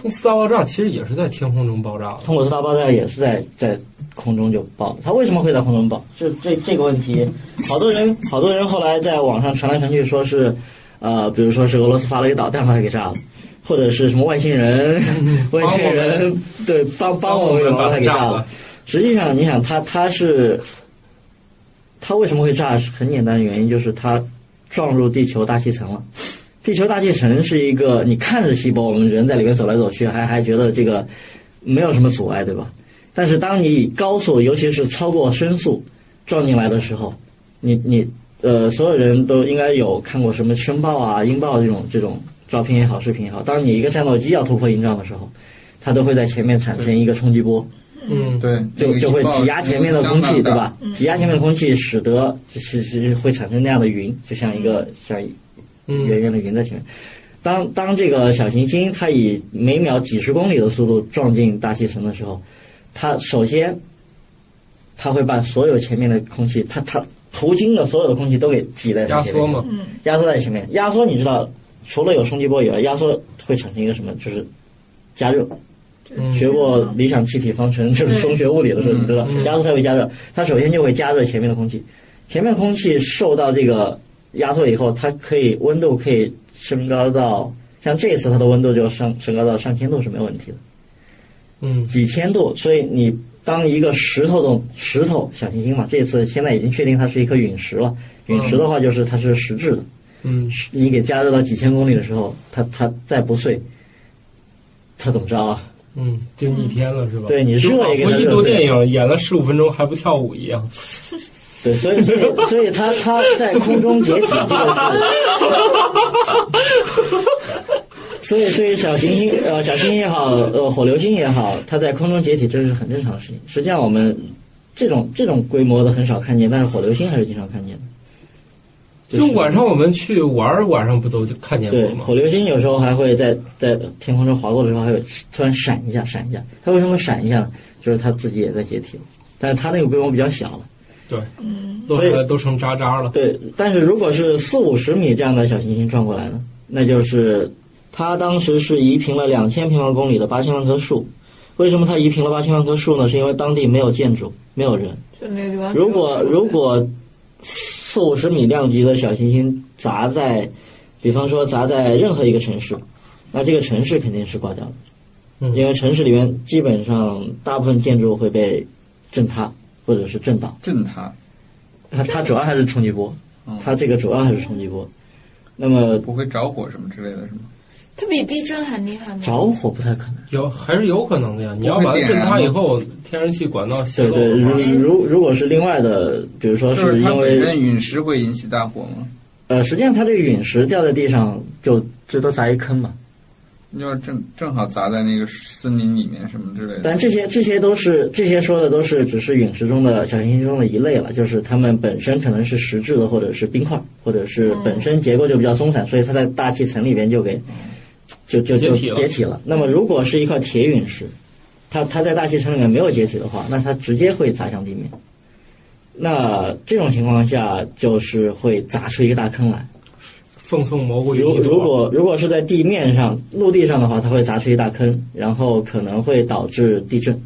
Speaker 1: 通斯大爆炸，其实也是在天空中爆炸了。
Speaker 4: 通古斯大爆炸也是在在空中就爆了，它为什么会在空中爆？这这这个问题，好多人好多人后来在网上传来传去，说是呃，比如说是俄罗斯发了一个导弹把它给炸了。或者是什么外星人，外星人对帮帮我们
Speaker 1: 把
Speaker 4: 把
Speaker 1: 它
Speaker 4: 它给炸
Speaker 1: 炸
Speaker 4: 了，。实际上，你想它它是它为什么会炸？是很简单的原因，就是它撞入地球大气层了。地球大气层是一个你看着稀薄，我们人在里面走来走去，还还觉得这个没有什么阻碍，对吧？但是当你以高速，尤其是超过声速撞进来的时候，你你呃，所有人都应该有看过什么声暴啊、音爆这种这种照片也好、视频也好。当你一个战斗机要突破音障的时候，它都会在前面产生一个冲击波。
Speaker 1: 嗯，
Speaker 2: 对，
Speaker 4: 就就会挤压前面的空气，对吧？？挤压前面的空气，使得就是就是会产生那样的云，就像一个像圆
Speaker 1: 嗯，
Speaker 4: 圆的云在前面。当当这个小行星它以每秒几十公里的速度撞进大气层的时候，它首先它会把所有前面的空气，它它途经的所有的空气都给挤在
Speaker 1: 压
Speaker 4: 前
Speaker 1: 缩
Speaker 4: 面
Speaker 1: 嘛，
Speaker 3: 嗯
Speaker 4: 压缩在前面。压缩你知道，除了有冲击波以外，压缩会产生一个什么？就是加热。
Speaker 1: 嗯，
Speaker 4: 学过理想气体方程，就是中学物理的时候，你知道
Speaker 1: 嗯
Speaker 4: 压缩它会加热，它首先就会加热前面的空气，前面空气受到这个压缩以后，它可以温度可以升高到，像这一次它的温度就上升高到上千度是没有问题的，
Speaker 1: 嗯
Speaker 4: 几千度，所以你当一个石头的石头小行星嘛，这次现在已经确定它是一颗陨石了，陨石的话就是它是实质的，
Speaker 1: 嗯，
Speaker 4: 你给加热到几千公里的时候，它它再不碎，它怎么着啊？
Speaker 1: 嗯，就逆天了是吧？
Speaker 4: 对你
Speaker 1: 就
Speaker 4: 热
Speaker 1: 仿
Speaker 4: 也给
Speaker 1: 佛
Speaker 4: 它
Speaker 1: 一
Speaker 4: 热
Speaker 1: 部
Speaker 4: 碎
Speaker 1: 电影演了十五分钟还不跳舞一样。
Speaker 4: 对，所以所以所以它它在空中解体这个是， 所以所以小行星呃小行星也好呃火流星也好，它在空中解体这是很正常的事情。实际上我们这种这种规模的很少看见，但是火流星还是经常看见的。
Speaker 1: 就是晚上我们去玩儿，晚上不都就看见
Speaker 4: 对
Speaker 1: 过吗？
Speaker 4: 火流星有时候还会在在天空中划过的时候，还会突然闪一下闪一下。它为什么闪一下呢？就是它自己也在解体了，但是它那个规模比较小了。
Speaker 1: 落下来都成渣渣了。
Speaker 4: 对，但是如果是四五十米这样的小行星撞过来呢，那就是它当时是移平了两千平方公里的八千万棵树。为什么它移平了八千万棵树呢？是因为当地没有建筑，没有人。
Speaker 3: 就那个地方只有
Speaker 4: 如果
Speaker 3: 树
Speaker 4: 如果四五十米量级的小行星砸在，比方说砸在任何一个城市，那这个城市肯定是挂掉的。
Speaker 1: 嗯
Speaker 4: 因为城市里面基本上大部分建筑会被震塌或者是震倒，
Speaker 2: 震塌
Speaker 4: 它它主要还是冲击波
Speaker 2: 嗯，
Speaker 4: 它这个主要还是冲击波。那么
Speaker 2: 不会着火什么之类的，是吗？
Speaker 3: 它比地震还厉害吗？
Speaker 4: 着火不太可能。
Speaker 1: 嗯有还是有可能的呀。你要把它震塌以后，天然气管道泄
Speaker 4: 对
Speaker 1: 漏
Speaker 4: 对，
Speaker 1: 的
Speaker 4: 如
Speaker 1: 话，
Speaker 4: 如如果是另外的，比如说
Speaker 2: 就是
Speaker 4: 是
Speaker 2: 它
Speaker 4: 因
Speaker 2: 本
Speaker 4: 为
Speaker 2: 身陨石会引起大火吗？
Speaker 4: 呃，实际上它这个陨石掉在地上就这都砸一坑嘛。
Speaker 2: 要正正好砸在那个森林里面什么之类的。
Speaker 4: 但这些这些都是这些说的都是只是陨石中的小行星中的一类了，就是它们本身可能是石质的，或者是冰块，或者是本身结构就比较松散，所以它在大气层里边就给就就
Speaker 1: 解
Speaker 4: 就
Speaker 1: 体了
Speaker 4: 解体了。那么如果是一块铁陨石，它它在大气层里面没有解体的话，那它直接会砸向地面。那这种情况下，就是会砸出一个大坑来。
Speaker 1: 奉送蘑菇与
Speaker 4: 如
Speaker 1: 地
Speaker 4: 如
Speaker 1: 主，
Speaker 4: 果如果是在地面上、陆地上的话，它会砸出一大坑，然后可能会导致地震。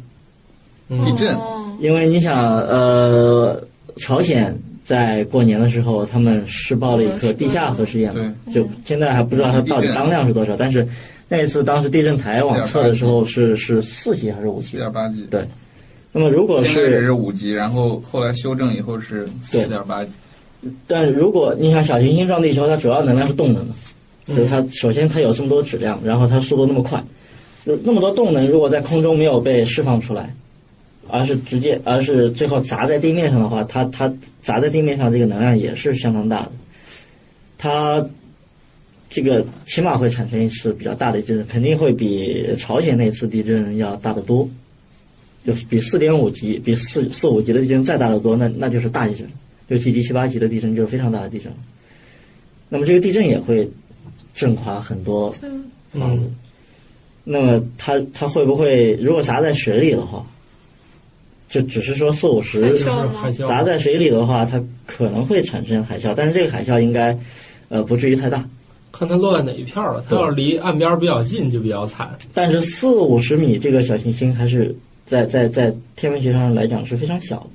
Speaker 1: 嗯
Speaker 2: 地震
Speaker 3: 哦，
Speaker 4: 因为你想，呃，朝鲜在过年的时候，他们试爆了一颗地下核试验嘛，就现在还不知道它到底当量是多少，但是那一次当时地震台网测的时候是是四级还是五
Speaker 2: 七
Speaker 4: 级？
Speaker 2: 点八级，
Speaker 4: 对那么如果
Speaker 2: 现在只
Speaker 4: 是
Speaker 2: 是五级，然后后来修正以后是
Speaker 4: 对
Speaker 2: 四点八级，
Speaker 4: 但如果你想小行星撞地球，它主要能量是动能嘛，就是
Speaker 1: 嗯
Speaker 4: 它首先它有这么多质量，然后它速度那么快，有那么多动能，如果在空中没有被释放出来，而是直接而是最后砸在地面上的话，它它砸在地面上这个能量也是相当大的，它这个起码会产生一次比较大的地震，肯定会比朝鲜那次地震要大得多，就是比四点五级、比四四五级的地震再大得多，那那就是大地震。六七级、七八级的地震就是非常大的地震。那么这个地震也会震垮很多
Speaker 3: 嗯
Speaker 4: 房子。那么它它会不会如果砸在水里的话，就只是说四五
Speaker 3: 很
Speaker 4: 十
Speaker 1: 就
Speaker 3: 小
Speaker 1: 是海啸
Speaker 4: 砸在水里的话，它可能会产生海啸，但是这个海啸应该呃不至于太大。
Speaker 1: 看它落在哪一片儿了。它要是离岸边儿比较近，就比较惨。
Speaker 4: 但是四五十米这个小行星还是在在在天文学上来讲是非常小的。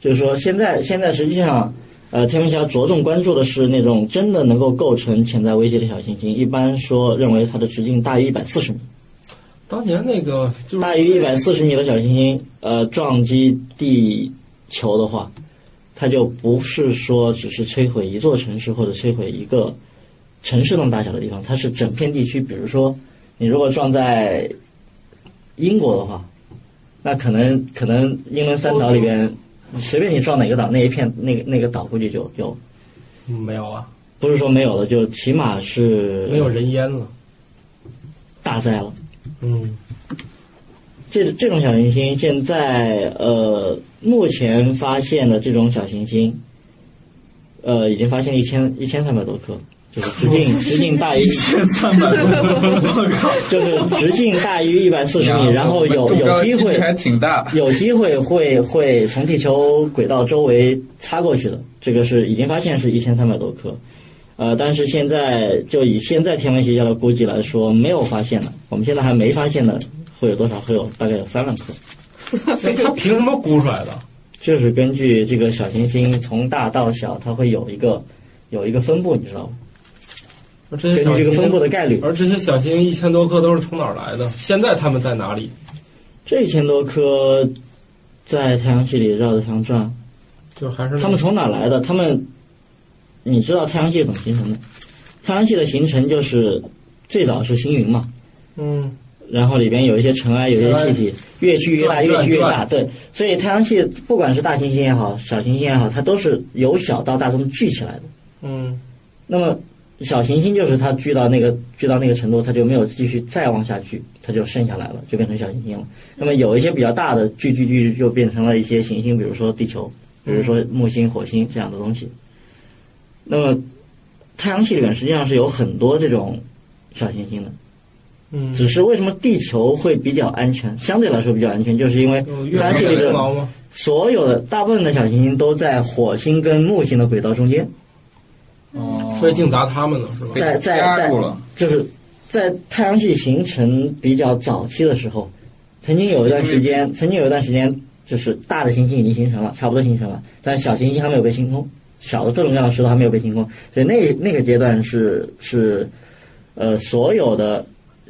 Speaker 4: 就是说，现在现在实际上，呃，天文学家着重关注的是那种真的能够构成潜在威胁的小行星。一般说认为它的直径大于一百四十米，
Speaker 1: 当年那个就是
Speaker 4: 大于一百四十米的小行星，呃，撞击地球的话，它就不是说只是摧毁一座城市或者摧毁一个城市那么大小的地方，它是整片地区。比如说，你如果撞在英国的话，那可能可能英伦三岛里边，随便你撞哪个岛，那一片那个那个岛估计就有，
Speaker 1: 嗯没有啊，
Speaker 4: 不是说没有了，就起码是
Speaker 1: 没有人烟了。
Speaker 4: 大灾了。
Speaker 1: 嗯，
Speaker 4: 这这种小行星现在呃，目前发现的这种小行星，呃，已经发现一千一千三百多颗，就是直径直径大于
Speaker 2: 这三百多，我靠！
Speaker 4: 就是直径大于一百四十米， 然后有
Speaker 2: 我们中
Speaker 4: 有
Speaker 2: 招
Speaker 4: 机
Speaker 2: 几率还
Speaker 4: 会
Speaker 2: 挺大，
Speaker 4: 有机会会会从地球轨道周围擦过去的，这个是已经发现是一千三百多颗，呃，但是现在就以现在天文学家的估计来说，没有发现的，我们现在还没发现的会有多少？会有大概有三万颗。
Speaker 1: 那它凭什么估出来的？
Speaker 4: 就是根据这个小行星从大到小，它会有一个有一个分布，你知道吗？
Speaker 1: 而这
Speaker 4: 根
Speaker 1: 些
Speaker 4: 据
Speaker 1: 嗯小
Speaker 4: 这个
Speaker 1: 行
Speaker 4: 分布
Speaker 1: 星，
Speaker 4: 的概率，
Speaker 1: 而这些小行星一千多颗都是从哪儿来的？现在它们在哪里？
Speaker 4: 这一千多颗在太阳系里绕着太阳转，
Speaker 1: 就是还是那
Speaker 4: 它们从哪来的？它们，你知道太阳系怎么形成的？太阳系的形成就是最早是星云嘛，
Speaker 1: 嗯，
Speaker 4: 然后里边有一些尘埃，有一些气体，越聚越大，
Speaker 1: 转
Speaker 4: 越聚越大。
Speaker 1: 转
Speaker 4: 对，所以太阳系不管是大行星也好，小行星也好，它都是由小到大这么聚起来的。
Speaker 1: 嗯，
Speaker 4: 那么小行星就是它聚到那个聚到那个程度，它就没有继续再往下聚，它就剩下来了，就变成小行星了。那么有一些比较大的聚聚聚，就变成了一些行星，比如说地球，比如说木星、火星这样的东西。那么太阳系里面实际上是有很多这种小行星的，
Speaker 1: 嗯
Speaker 4: 只是为什么地球会比较安全，相对来说比较安全，就是因为
Speaker 1: 有月
Speaker 4: 太阳
Speaker 1: 亮
Speaker 4: 系里
Speaker 1: 的
Speaker 4: 的
Speaker 1: 羊毛吗？
Speaker 4: 所有的大部分的小行星都在火星跟木星的轨道中间。
Speaker 2: 哦
Speaker 1: 所以净砸它们呢，是吧？
Speaker 4: 在在
Speaker 2: 压
Speaker 4: 在
Speaker 2: 住了，
Speaker 4: 就是在太阳系形成比较早期的时候，曾经有一段时间，曾经有一段时间，就是大的行星已经形成了，差不多形成了，但小行星还没有被清空，小的各种各样的石头还没有被清空，所以那那个阶段是是，呃，所有的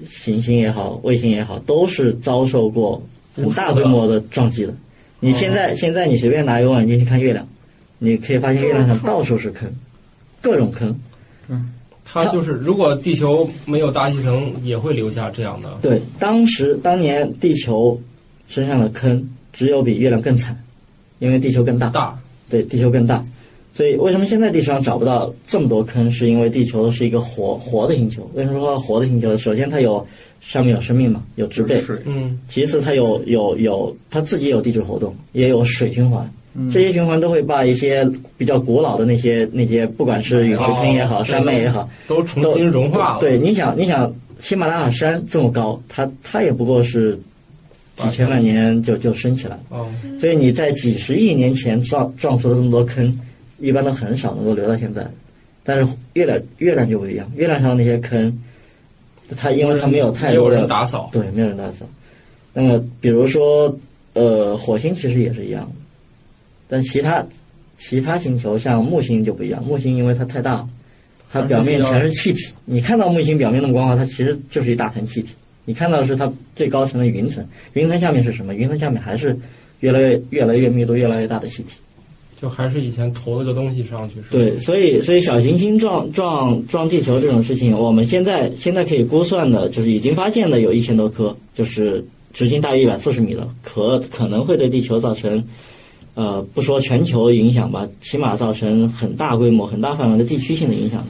Speaker 4: 行星也好，卫星也好，都是遭受过很大规模的撞击的。你现在、现在你随便拿一个望远镜去看月亮，你可以发现月亮上到处是坑，各种坑。
Speaker 1: 它就是如果地球没有大气层，也会留下这样的。
Speaker 4: 对，当时当年地球身上的坑只有比月亮更惨，因为地球更大。
Speaker 1: 大，
Speaker 4: 对，地球更大。所以为什么现在地球上找不到这么多坑？是因为地球是一个活活的星球。为什么说活的星球？首先它有上面有生命嘛，有植被；
Speaker 2: 水
Speaker 1: 嗯，
Speaker 4: 其次它有有有它自己也有地质活动，也有水循环。
Speaker 2: 嗯
Speaker 4: 这些循环都会把一些比较古老的那些那些，不管是陨石坑也好，
Speaker 1: 哦
Speaker 4: 山脉也好，
Speaker 1: 都重新融化了。
Speaker 4: 对，你想，你想，喜马拉雅山这么高，它它也不过是几千万年就就升起来了。
Speaker 1: 哦，
Speaker 4: 所以你在几十亿年前撞撞出的这么多坑，一般都很少能够留到现在。但是月亮月亮就不一样，月亮上那些坑，它因为它没有太
Speaker 1: 没有
Speaker 4: 多的
Speaker 1: 人打扫。
Speaker 4: 对，没有人打扫。那么比如说，呃，火星其实也是一样的，但其他其他星球像木星就不一样，木星因为它太大了，它表面全是气体。你看到木星表面那么光啊滑，它其实就是一大层气体。你看到的是它最高层的云层，云层下面是什么？云层下面还是越来越越来越密度越来越大的气体。
Speaker 1: 就还是以前投了个东西上去是吧？
Speaker 4: 对，所以所以小行星撞撞撞地球这种事情，我们现在现在可以估算的，就是已经发现的有一千多颗，就是直径大约一百四十米的，可可能会对地球造成，呃，不说全球影响吧，起码造成很大规模、很大范围的地区性的影响的。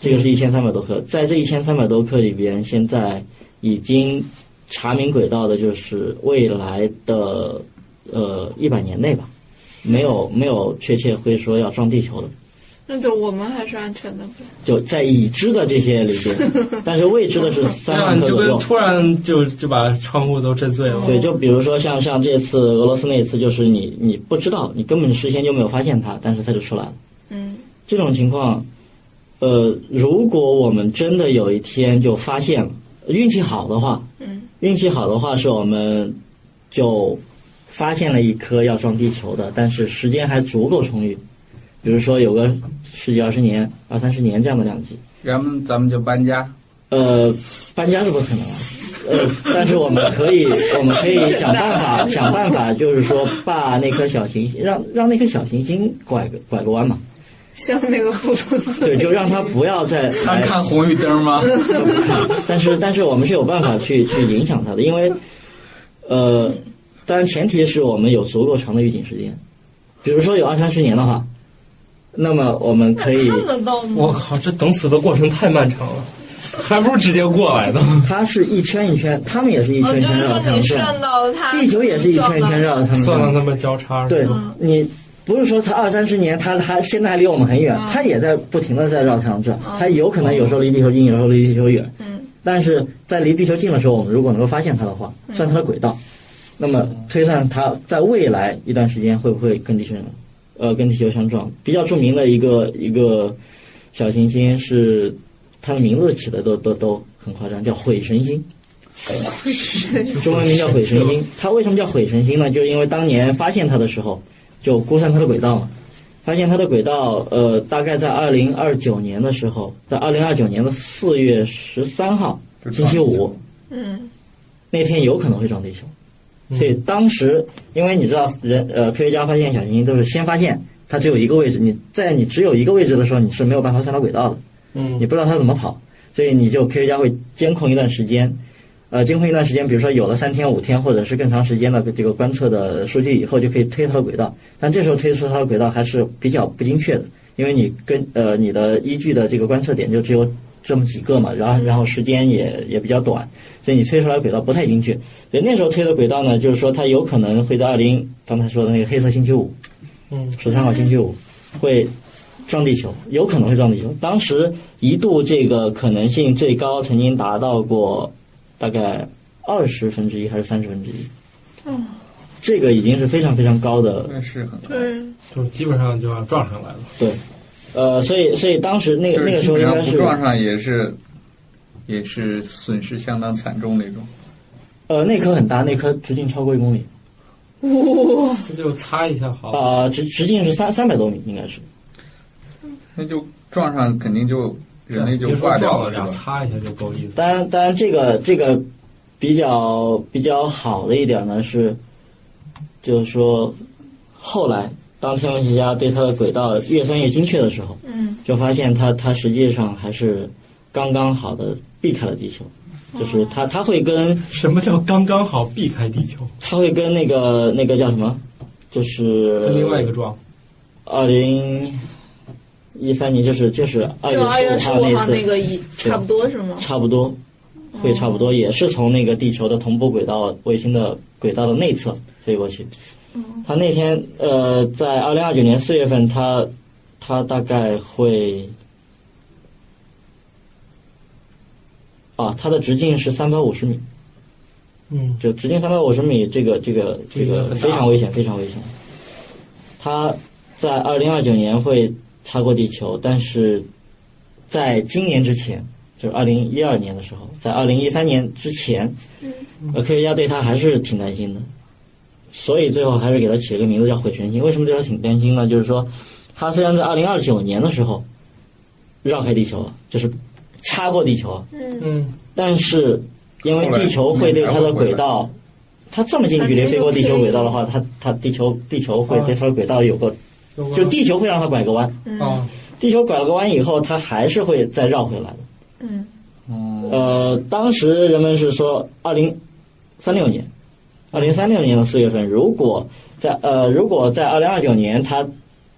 Speaker 4: 这个是一千三百多颗，在这一千三百多颗里边，现在已经查明轨道的就是未来的呃一百年内吧，没有没有确切会说要撞地球的。
Speaker 3: 那就我们还是安全的吧。
Speaker 4: 就在已知的这些里边，但是未知的是
Speaker 1: 对
Speaker 4: 三
Speaker 1: 啊，
Speaker 4: 万
Speaker 1: 你就
Speaker 4: 颗左
Speaker 1: 跟
Speaker 4: 右。
Speaker 1: 突然就就把窗户都震碎了。
Speaker 4: 对，就比如说像像这次俄罗斯那一次，就是你你不知道，你根本事先就没有发现它，但是它就出来了。
Speaker 3: 嗯，
Speaker 4: 这种情况，呃，如果我们真的有一天就发现了，运气好的话，
Speaker 3: 嗯，
Speaker 4: 运气好的话是我们就发现了一颗要撞地球的，但是时间还足够充裕，比如说有个十几二十年、二三十年这样的量级。
Speaker 2: 然后咱们就搬家，
Speaker 4: 呃，搬家是不可能啊。呃，但是我们可 以，我们可以想办法，想办法，就是说把那颗小行星，让让那颗小行星拐个拐个弯嘛，
Speaker 3: 像那个布鲁斯，
Speaker 4: 对，就让它不要再
Speaker 2: 看
Speaker 4: 来
Speaker 2: 看红绿灯吗？
Speaker 4: 但是但是我们是有办法去去影响它的，因为呃，当然前提是我们有足够长的预警时间，比如说有二三十年的话，那么我们可以，
Speaker 5: 看得到吗？
Speaker 1: 我靠，这等死的过程太漫长 了，还不如直接过来呢。
Speaker 4: 它是一圈一圈，他们也是一
Speaker 5: 哦，
Speaker 4: 圈一
Speaker 5: 就
Speaker 4: 圈
Speaker 5: 是
Speaker 4: 绕
Speaker 5: 说
Speaker 4: 它
Speaker 5: 你
Speaker 4: 们转，
Speaker 5: 顺到了它，
Speaker 4: 地球也是一圈一
Speaker 5: 撞
Speaker 4: 圈
Speaker 5: 到
Speaker 4: 绕它们
Speaker 1: 算
Speaker 4: 转
Speaker 1: 让。他们交叉是
Speaker 4: 嗯对
Speaker 1: 吧？
Speaker 4: 你不是说它二三十年，它还现在还离我们很远
Speaker 5: 嗯，
Speaker 4: 它也在不停的在绕太阳转
Speaker 5: 嗯，
Speaker 4: 它有可能有时候离地球近，有时候离地球远。
Speaker 5: 嗯，
Speaker 4: 但是在离地球近的时候，我们如果能够发现它的话，
Speaker 5: 嗯
Speaker 4: 算它的轨道，那么推算它在未来一段时间会不会跟地球人，呃，跟地球相撞？比较著名的一个一个小行星是，它的名字起的都都都很夸张，叫毁神星。中文名叫毁神星。它为什么叫毁神星呢？就是因为当年发现它的时候，就估算它的轨道嘛。发现它的轨道，呃，大概在二零二九年的时候，在二零二九年的四月十三号，星期五
Speaker 3: 嗯，
Speaker 4: 那天有可能会撞地球。
Speaker 1: 嗯
Speaker 4: 所以当时，因为你知道人呃，科学家发现小行星都是先发现它只有一个位置，你在你只有一个位置的时候，你是没有办法算它轨道的。你
Speaker 1: 嗯，
Speaker 4: 不知道它怎么跑，所以你就科学家会监控一段时间，呃，监控一段时间，比如说有了三天、五天或者是更长时间的这个观测的数据以后，就可以推它的轨道。但这时候推出它的轨道还是比较不精确的，因为你跟呃你的依据的这个观测点就只有这么几个嘛，然后然后时间也也比较短，所以你推出来的轨道不太精确。所以那时候推的轨道呢，就是说它有可能会在二零刚才说的那个黑色星期五，
Speaker 1: 嗯，
Speaker 4: 十三号星期五会撞地球，有可能会撞地球。当时一度这个可能性最高曾经达到过大概二十分之一还是三十分之一。
Speaker 3: 嗯，
Speaker 4: 这个已经是非常非常高的
Speaker 2: 那是很高，
Speaker 3: 对，
Speaker 1: 就是基本上就要撞上来了。
Speaker 4: 对，呃，所以所以当时那
Speaker 2: 就
Speaker 4: 个
Speaker 2: 是
Speaker 4: 那个
Speaker 2: 基
Speaker 4: 时候
Speaker 2: 本
Speaker 4: 应
Speaker 2: 上
Speaker 4: 该
Speaker 2: 不
Speaker 4: 是
Speaker 2: 撞上也是，也是损失相当惨重的一种。
Speaker 4: 呃那颗很大，那颗直径超过一公里，
Speaker 3: 哇，
Speaker 1: 这就擦一下好了。
Speaker 4: 啊、直直径是三三百多米应该是。
Speaker 2: 那就撞上肯定就人类就
Speaker 1: 别
Speaker 2: 挂
Speaker 1: 说
Speaker 2: 掉
Speaker 1: 撞了
Speaker 2: 了，是
Speaker 1: 俩
Speaker 2: 吧？
Speaker 1: 擦一下就够意思。
Speaker 4: 当然，当然这个这个比较比较好的一点呢是，就是说后来当天文学家对它的轨道越算越精确的时候，
Speaker 3: 嗯，
Speaker 4: 就发现它它实际上还是刚刚好的避开了地球，就是它它会跟
Speaker 1: 什么叫刚刚好避开地球？
Speaker 4: 它会跟那个那个叫什么，就是
Speaker 1: 跟另外一个撞，
Speaker 4: 二零一三年就是就是二
Speaker 3: 就二月
Speaker 4: 月
Speaker 3: 十
Speaker 4: 十
Speaker 3: 五
Speaker 4: 五
Speaker 3: 号
Speaker 4: 号
Speaker 3: 那
Speaker 4: 那次，
Speaker 3: 个一差不多是吗？
Speaker 4: 差不多会差不多，也是从那个地球的同步轨道卫星的轨道的内侧飞过去。它那天呃，在二零二九年四月份，它它大概会啊，它的直径是三百五十米，
Speaker 1: 嗯，
Speaker 4: 就直径三百五十米，这个这个这
Speaker 1: 这个
Speaker 4: 个
Speaker 1: 很大
Speaker 4: 非常危险，非常危险。它在二零二九年会超过地球，但是在今年之前，就是二零一二年的时候，在二零一三年之前，呃，科学家对它还是挺担心的，所以最后还是给它起了个名字叫毁神星。为什么对它挺担心呢？就是说，它虽然在二零二九年的时候绕开地球了，就是擦过地球了，
Speaker 3: 嗯，
Speaker 1: 嗯，
Speaker 4: 但是因为地球会对它的轨道，它这么近距离飞过地球轨道的话，它它地球地球会对它的轨道有个，就地球会让它拐个弯，
Speaker 1: 啊，
Speaker 4: 地球拐了个弯以后，它还是会再绕回来的。
Speaker 3: 嗯，
Speaker 2: 哦
Speaker 4: 呃，当时人们是说，二零三六年，二零三六年的四月份，如果在呃，如果在二零二九年它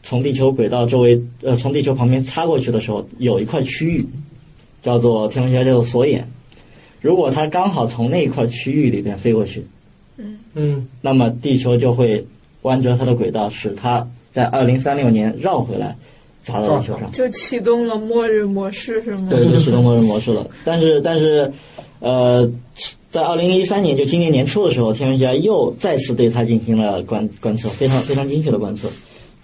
Speaker 4: 从地球轨道周围呃从地球旁边擦过去的时候，有一块区域叫做天文学家叫做锁眼，如果它刚好从那一块区域里边飞过去，
Speaker 1: 嗯，
Speaker 4: 那么地球就会弯折它的轨道，使它在二零三六年绕回来砸到地球上。
Speaker 3: 就启动了末日模式是吗？
Speaker 4: 对，就启动末日模式了。但是但是，呃，在二零一三年，就今年年初的时候，天文学家又再次对它进行了观观测，非常非常精确的观测。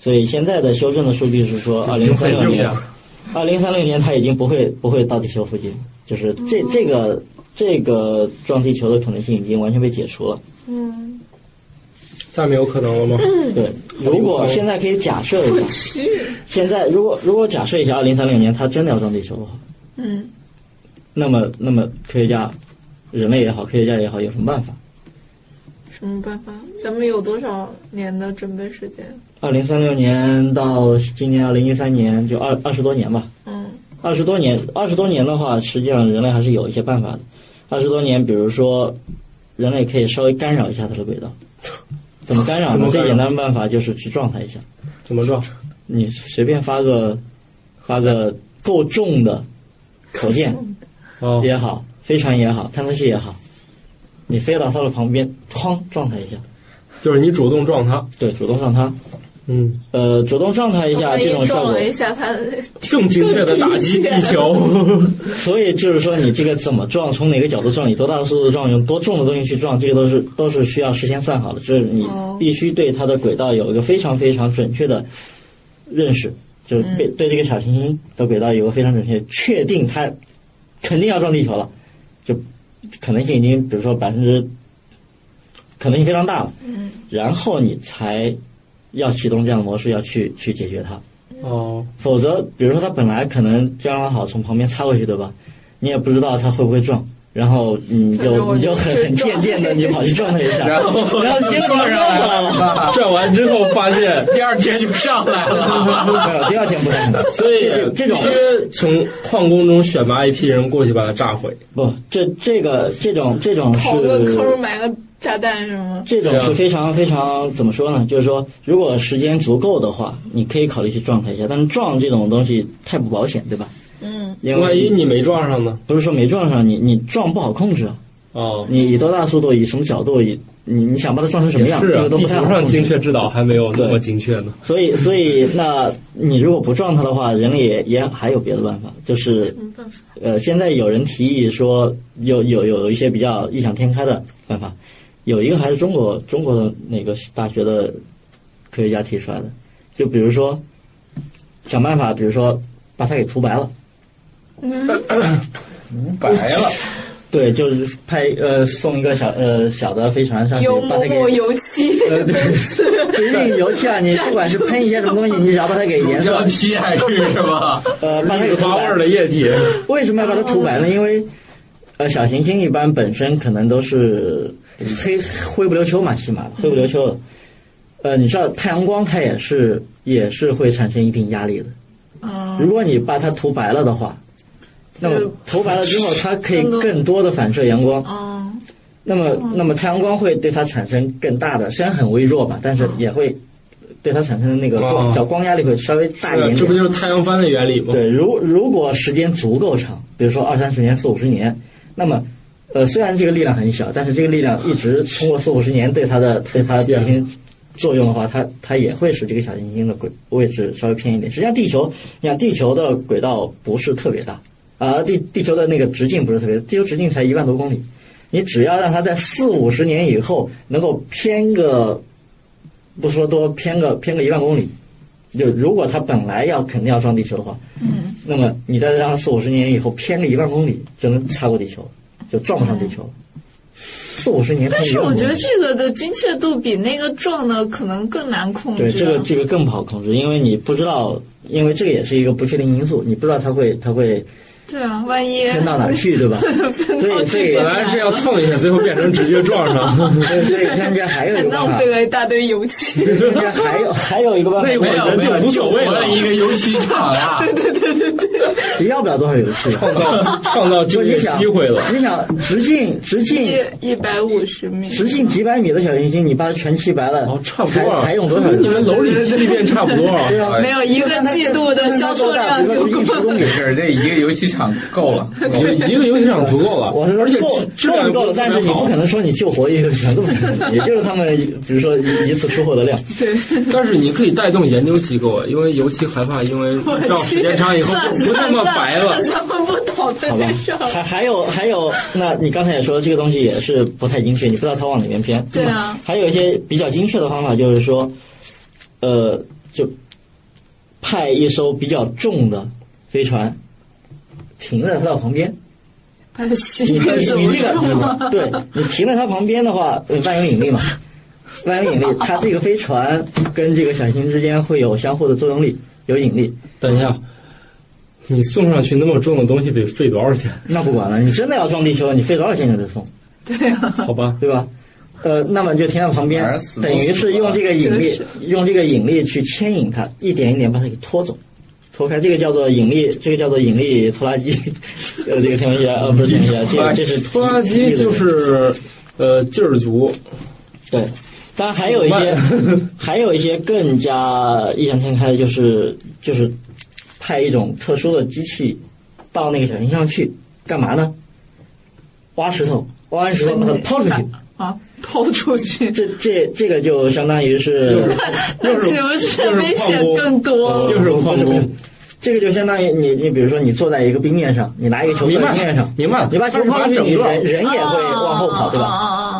Speaker 4: 所以现在的修正的数据是说，啊二零三六年，二零三六年它已经不会不会到地球附近，就是这这个这个撞地球的可能性已经完全被解除了。
Speaker 3: 嗯，
Speaker 1: 下面有可能了吗？
Speaker 4: 对，如果现在可以假设一下，
Speaker 3: 去，
Speaker 4: 现在如果如果假设一下，二零三六年它真的要撞地球的话，
Speaker 3: 嗯
Speaker 4: 那么，那么科学家，人类也好，科学家也好，有什么办法？
Speaker 3: 什么办法？咱们有多少年的准备时间？
Speaker 4: 二零三六年到今年二零一三年，就二二十多年吧。
Speaker 3: 嗯
Speaker 4: 二十多年，二十多年的话，实际上人类还是有一些办法的。二十多年，比如说，人类可以稍微干扰一下它的轨道。怎么干扰
Speaker 1: 怎
Speaker 4: 呢？
Speaker 1: 么干
Speaker 4: 最
Speaker 1: 扰
Speaker 4: 简单的办法就是去撞它一下。
Speaker 1: 怎么撞？
Speaker 4: 你随便发个发个够重的火箭
Speaker 1: 哦，
Speaker 4: 也好，飞船也好，探测器也好，你飞到它的旁边，哐撞它一下，
Speaker 1: 就是你主动撞它，
Speaker 4: 对，主动让它。
Speaker 1: 嗯，
Speaker 4: 呃，主动撞它一下，
Speaker 3: 万
Speaker 4: 这种
Speaker 3: 一
Speaker 4: 效
Speaker 3: 哦撞
Speaker 4: 果
Speaker 3: 了，一下他，
Speaker 1: 更精确的打击地球。
Speaker 4: 所以就是说，你这个怎么撞，从哪个角度撞，以多大的速度撞，用多重的东西去撞，这个都是都是需要事先算好的，就是你
Speaker 3: 哦
Speaker 4: 必须对它的轨道有一个非常非常准确的认识，就是对、
Speaker 3: 嗯
Speaker 4: 对这个小行星的轨道有个非常准确，确定它肯定要撞地球了，就可能性已经比如说百分之可能性非常大了，
Speaker 3: 嗯，
Speaker 4: 然后你才要启动这样的模式，要去去解决它。
Speaker 1: 哦，
Speaker 4: 否则，比如说它本来可能刚刚好从旁边擦过去，对吧？你也不知道它会不会撞，然后你
Speaker 3: 反正
Speaker 4: 就
Speaker 3: 我
Speaker 4: 你
Speaker 3: 就
Speaker 4: 就很
Speaker 3: 去
Speaker 4: 很
Speaker 3: 撞
Speaker 4: 贱贱的，你跑去撞它一下，
Speaker 2: 然
Speaker 4: 然
Speaker 2: 后
Speaker 4: 后结果撞上了。
Speaker 1: 转完之后发现，
Speaker 2: 第二天就上来了。
Speaker 4: 没有，第二天不可能。
Speaker 1: 所以
Speaker 4: 这这种
Speaker 1: 必须从矿工中选拔一批人过去把它炸毁。
Speaker 4: 不，这这个这种这种
Speaker 3: 刨个坑
Speaker 4: 是
Speaker 3: 埋个炸弹是吗？
Speaker 4: 这种
Speaker 1: 对啊
Speaker 4: 是非常非常怎么说呢？就是说，如果时间足够的话，你可以考虑去撞它一下。但是撞这种东西太不保险，对吧？
Speaker 3: 嗯，
Speaker 4: 因
Speaker 1: 万一
Speaker 4: 为
Speaker 1: 你没撞上呢？
Speaker 4: 不是说没撞上你，你撞不好控制啊。
Speaker 1: 哦，
Speaker 4: 你以多大速度，以什么角度，以你你想把它撞成什么
Speaker 1: 也
Speaker 4: 样，
Speaker 1: 是
Speaker 4: 这
Speaker 1: 啊
Speaker 4: 个，都
Speaker 1: 地
Speaker 4: 不太
Speaker 1: 球
Speaker 4: 好
Speaker 1: 上
Speaker 4: 控制
Speaker 1: 精确制导还没有那么精确呢。
Speaker 4: 所以，所以，那你如果不撞它的话，人类也也还有别的办法，就是
Speaker 3: 没办法。
Speaker 4: 呃，现在有人提议说，有有有一些比较异想天开的办法，有一个还是中国中国的那个大学的科学家提出来的，就比如说想办法，比如说把它给涂白了，
Speaker 2: 涂白了，
Speaker 4: 对，就是拍呃送一个小呃小的飞船上去
Speaker 3: 有，
Speaker 4: 把
Speaker 3: 某
Speaker 4: 它给
Speaker 3: 某油 漆，
Speaker 4: 呃对，不一定油漆啊，你不管是喷一些什么东西，你只要把它给
Speaker 2: 乳
Speaker 4: 颜
Speaker 2: 胶
Speaker 4: 色
Speaker 2: 漆还是什 么？
Speaker 4: 呃把它给
Speaker 1: 有
Speaker 4: 涂
Speaker 1: 花味
Speaker 4: 白
Speaker 1: 儿。的液 体，
Speaker 4: 为什么要把它涂白呢？因为呃小行星一般本身可能都是黑灰不溜秋嘛，起码灰不溜秋的。呃，你知道太阳光它也是也是会产生一定压力的。
Speaker 3: 嗯，
Speaker 4: 如果你把它涂白了的话，呃那么
Speaker 3: 嗯
Speaker 4: 涂白了之后，它可以
Speaker 3: 更多
Speaker 4: 更多的反射阳光。
Speaker 3: 哦，
Speaker 4: 那么，那么太阳光会对它产生更大的，虽然很微弱吧，但是也会对它产生的那个光
Speaker 1: 哦
Speaker 4: 小光压力会稍微大一点
Speaker 1: 这不
Speaker 4: 点。
Speaker 1: 就是太阳帆的原理吗？
Speaker 4: 对，如如果时间足够长，比如说二三十年、四五十年，那么，呃，虽然这个力量很小，但是这个力量一直通过四五十年对它的对它进行作用的话，它它也会使这个小行星的轨位置稍微偏一点。实际上，地球，你看地球的轨道不是特别大，啊、地地球的那个直径不是特别，地球直径才一万多公里。你只要让它在四五十年以后能够偏个，不说多偏个偏个一万公里，就如果它本来要肯定要撞地球的话，
Speaker 3: 嗯，
Speaker 4: 那么你再让它四五十年以后偏个一万公里，就能擦过地球，就撞不上地球了。四五十年
Speaker 3: 但
Speaker 4: 偏一
Speaker 3: 是
Speaker 4: 万
Speaker 3: 我
Speaker 4: 公里，
Speaker 3: 觉得这个的精确度比那个撞的可能更难控制啊。
Speaker 4: 对这个这个更不好控制，因为你不知道，因为这个也是一个不确定因素，你不知道它会它会
Speaker 3: 对啊，万一
Speaker 4: 偏到哪儿去，对吧？所以所以
Speaker 1: 本来是要蹭一下，最后变成直接撞 上。
Speaker 4: 所以所以看这还有一
Speaker 3: 还
Speaker 4: 个办
Speaker 3: 浪
Speaker 4: 法
Speaker 3: 费，了一大堆油 漆。
Speaker 4: 人家还有还有一个办法，
Speaker 1: 那会
Speaker 2: 没
Speaker 1: 儿
Speaker 2: 有
Speaker 1: 人
Speaker 2: 没
Speaker 1: 就
Speaker 2: 有，
Speaker 1: 无所谓
Speaker 2: 就活
Speaker 1: 了
Speaker 2: 了一个游戏场 啊！
Speaker 4: 要不了多少游戏。
Speaker 1: 创造创造就
Speaker 4: 就你
Speaker 1: 业
Speaker 4: 想
Speaker 1: 机会了，
Speaker 4: 你想直径直径
Speaker 3: 一一百五十米，
Speaker 4: 直径几百米的小行星，你把它全漆白了，
Speaker 1: 哦，差不
Speaker 4: 才
Speaker 1: 多啊，
Speaker 4: 才用多少
Speaker 1: 跟
Speaker 4: 游
Speaker 1: 你
Speaker 4: 戏？
Speaker 1: 们楼里 气垫差不多啊。
Speaker 4: 对
Speaker 2: 哎
Speaker 4: 啊，
Speaker 3: 没有一个季度的销售量就
Speaker 4: 一十公里
Speaker 2: 没。事，这一个游戏场够 了，够了
Speaker 1: 一个游戏场足够了，
Speaker 4: 我是说
Speaker 1: 而且
Speaker 4: 够
Speaker 1: 质质量
Speaker 4: 够了，但是你不可能说你救活一个 全部，也就是他们比如说一一次出货的量。
Speaker 1: 但是你可以带动研究机构啊，因为尤其害怕，因为
Speaker 3: 我
Speaker 1: 照时间长以后就不那么白了。
Speaker 3: 咱们不懂的
Speaker 4: 好吧
Speaker 3: 这事儿。
Speaker 4: 嗯还还有还有，那你刚才也说这个东西也是不太精确，你不知道它往哪边偏。
Speaker 3: 对啊，
Speaker 4: 还有一些比较精确的方法，就是说，呃，就派一艘比较重的飞船停在它的旁边。
Speaker 3: 把它吸
Speaker 4: 你
Speaker 3: 引
Speaker 4: 这
Speaker 3: 住
Speaker 4: 你这
Speaker 3: 是吗？
Speaker 4: 个，嗯对你停在它旁边的话，呃万有引力嘛，万有引力，它这个飞船跟这个小行星之间会有相互的作用力，有引力。
Speaker 1: 等一下，你送上去那么重的东西得费多少钱？
Speaker 4: 那不管了，你真的要撞地球，你费多少钱就得送，
Speaker 1: 好吧，
Speaker 4: 对吧？呃，那么你就停在旁边
Speaker 2: 反而死，不
Speaker 4: 等于是用这个引力
Speaker 3: 真，
Speaker 4: 用这个引力去牵引它，一点一点把它给拖走。拖开，这个叫做引力，这个叫做引力拖拉机， 呃，这个天文学呃不是天文 学，这个这是
Speaker 1: 拖拉机就是呃劲儿足，
Speaker 4: 对，当然还有一些，还有一些更加异想天开的，就是就是派一种特殊的机器到那个小行星上去，干嘛呢？挖石头，挖完石头把它呃抛出去。
Speaker 3: 啊，抛出去，
Speaker 4: 这这这个就相当于是，
Speaker 3: 那
Speaker 1: 又是
Speaker 3: 岂不
Speaker 1: 又
Speaker 3: 是
Speaker 1: 是
Speaker 3: 危
Speaker 1: 矿
Speaker 3: 险
Speaker 1: 工呃
Speaker 3: 更多？
Speaker 1: 又是矿
Speaker 4: 不是
Speaker 1: 工，
Speaker 4: 这个就相当于你你比如说你坐在一个冰面上，你拿一个球
Speaker 1: 明
Speaker 4: 在
Speaker 1: 白
Speaker 4: 冰面上，
Speaker 1: 明白了，
Speaker 4: 你把球
Speaker 1: 它是
Speaker 4: 抛
Speaker 1: 把
Speaker 4: 出去，
Speaker 1: 整
Speaker 4: 你
Speaker 1: 个
Speaker 4: 人人也会往后跑，对吧？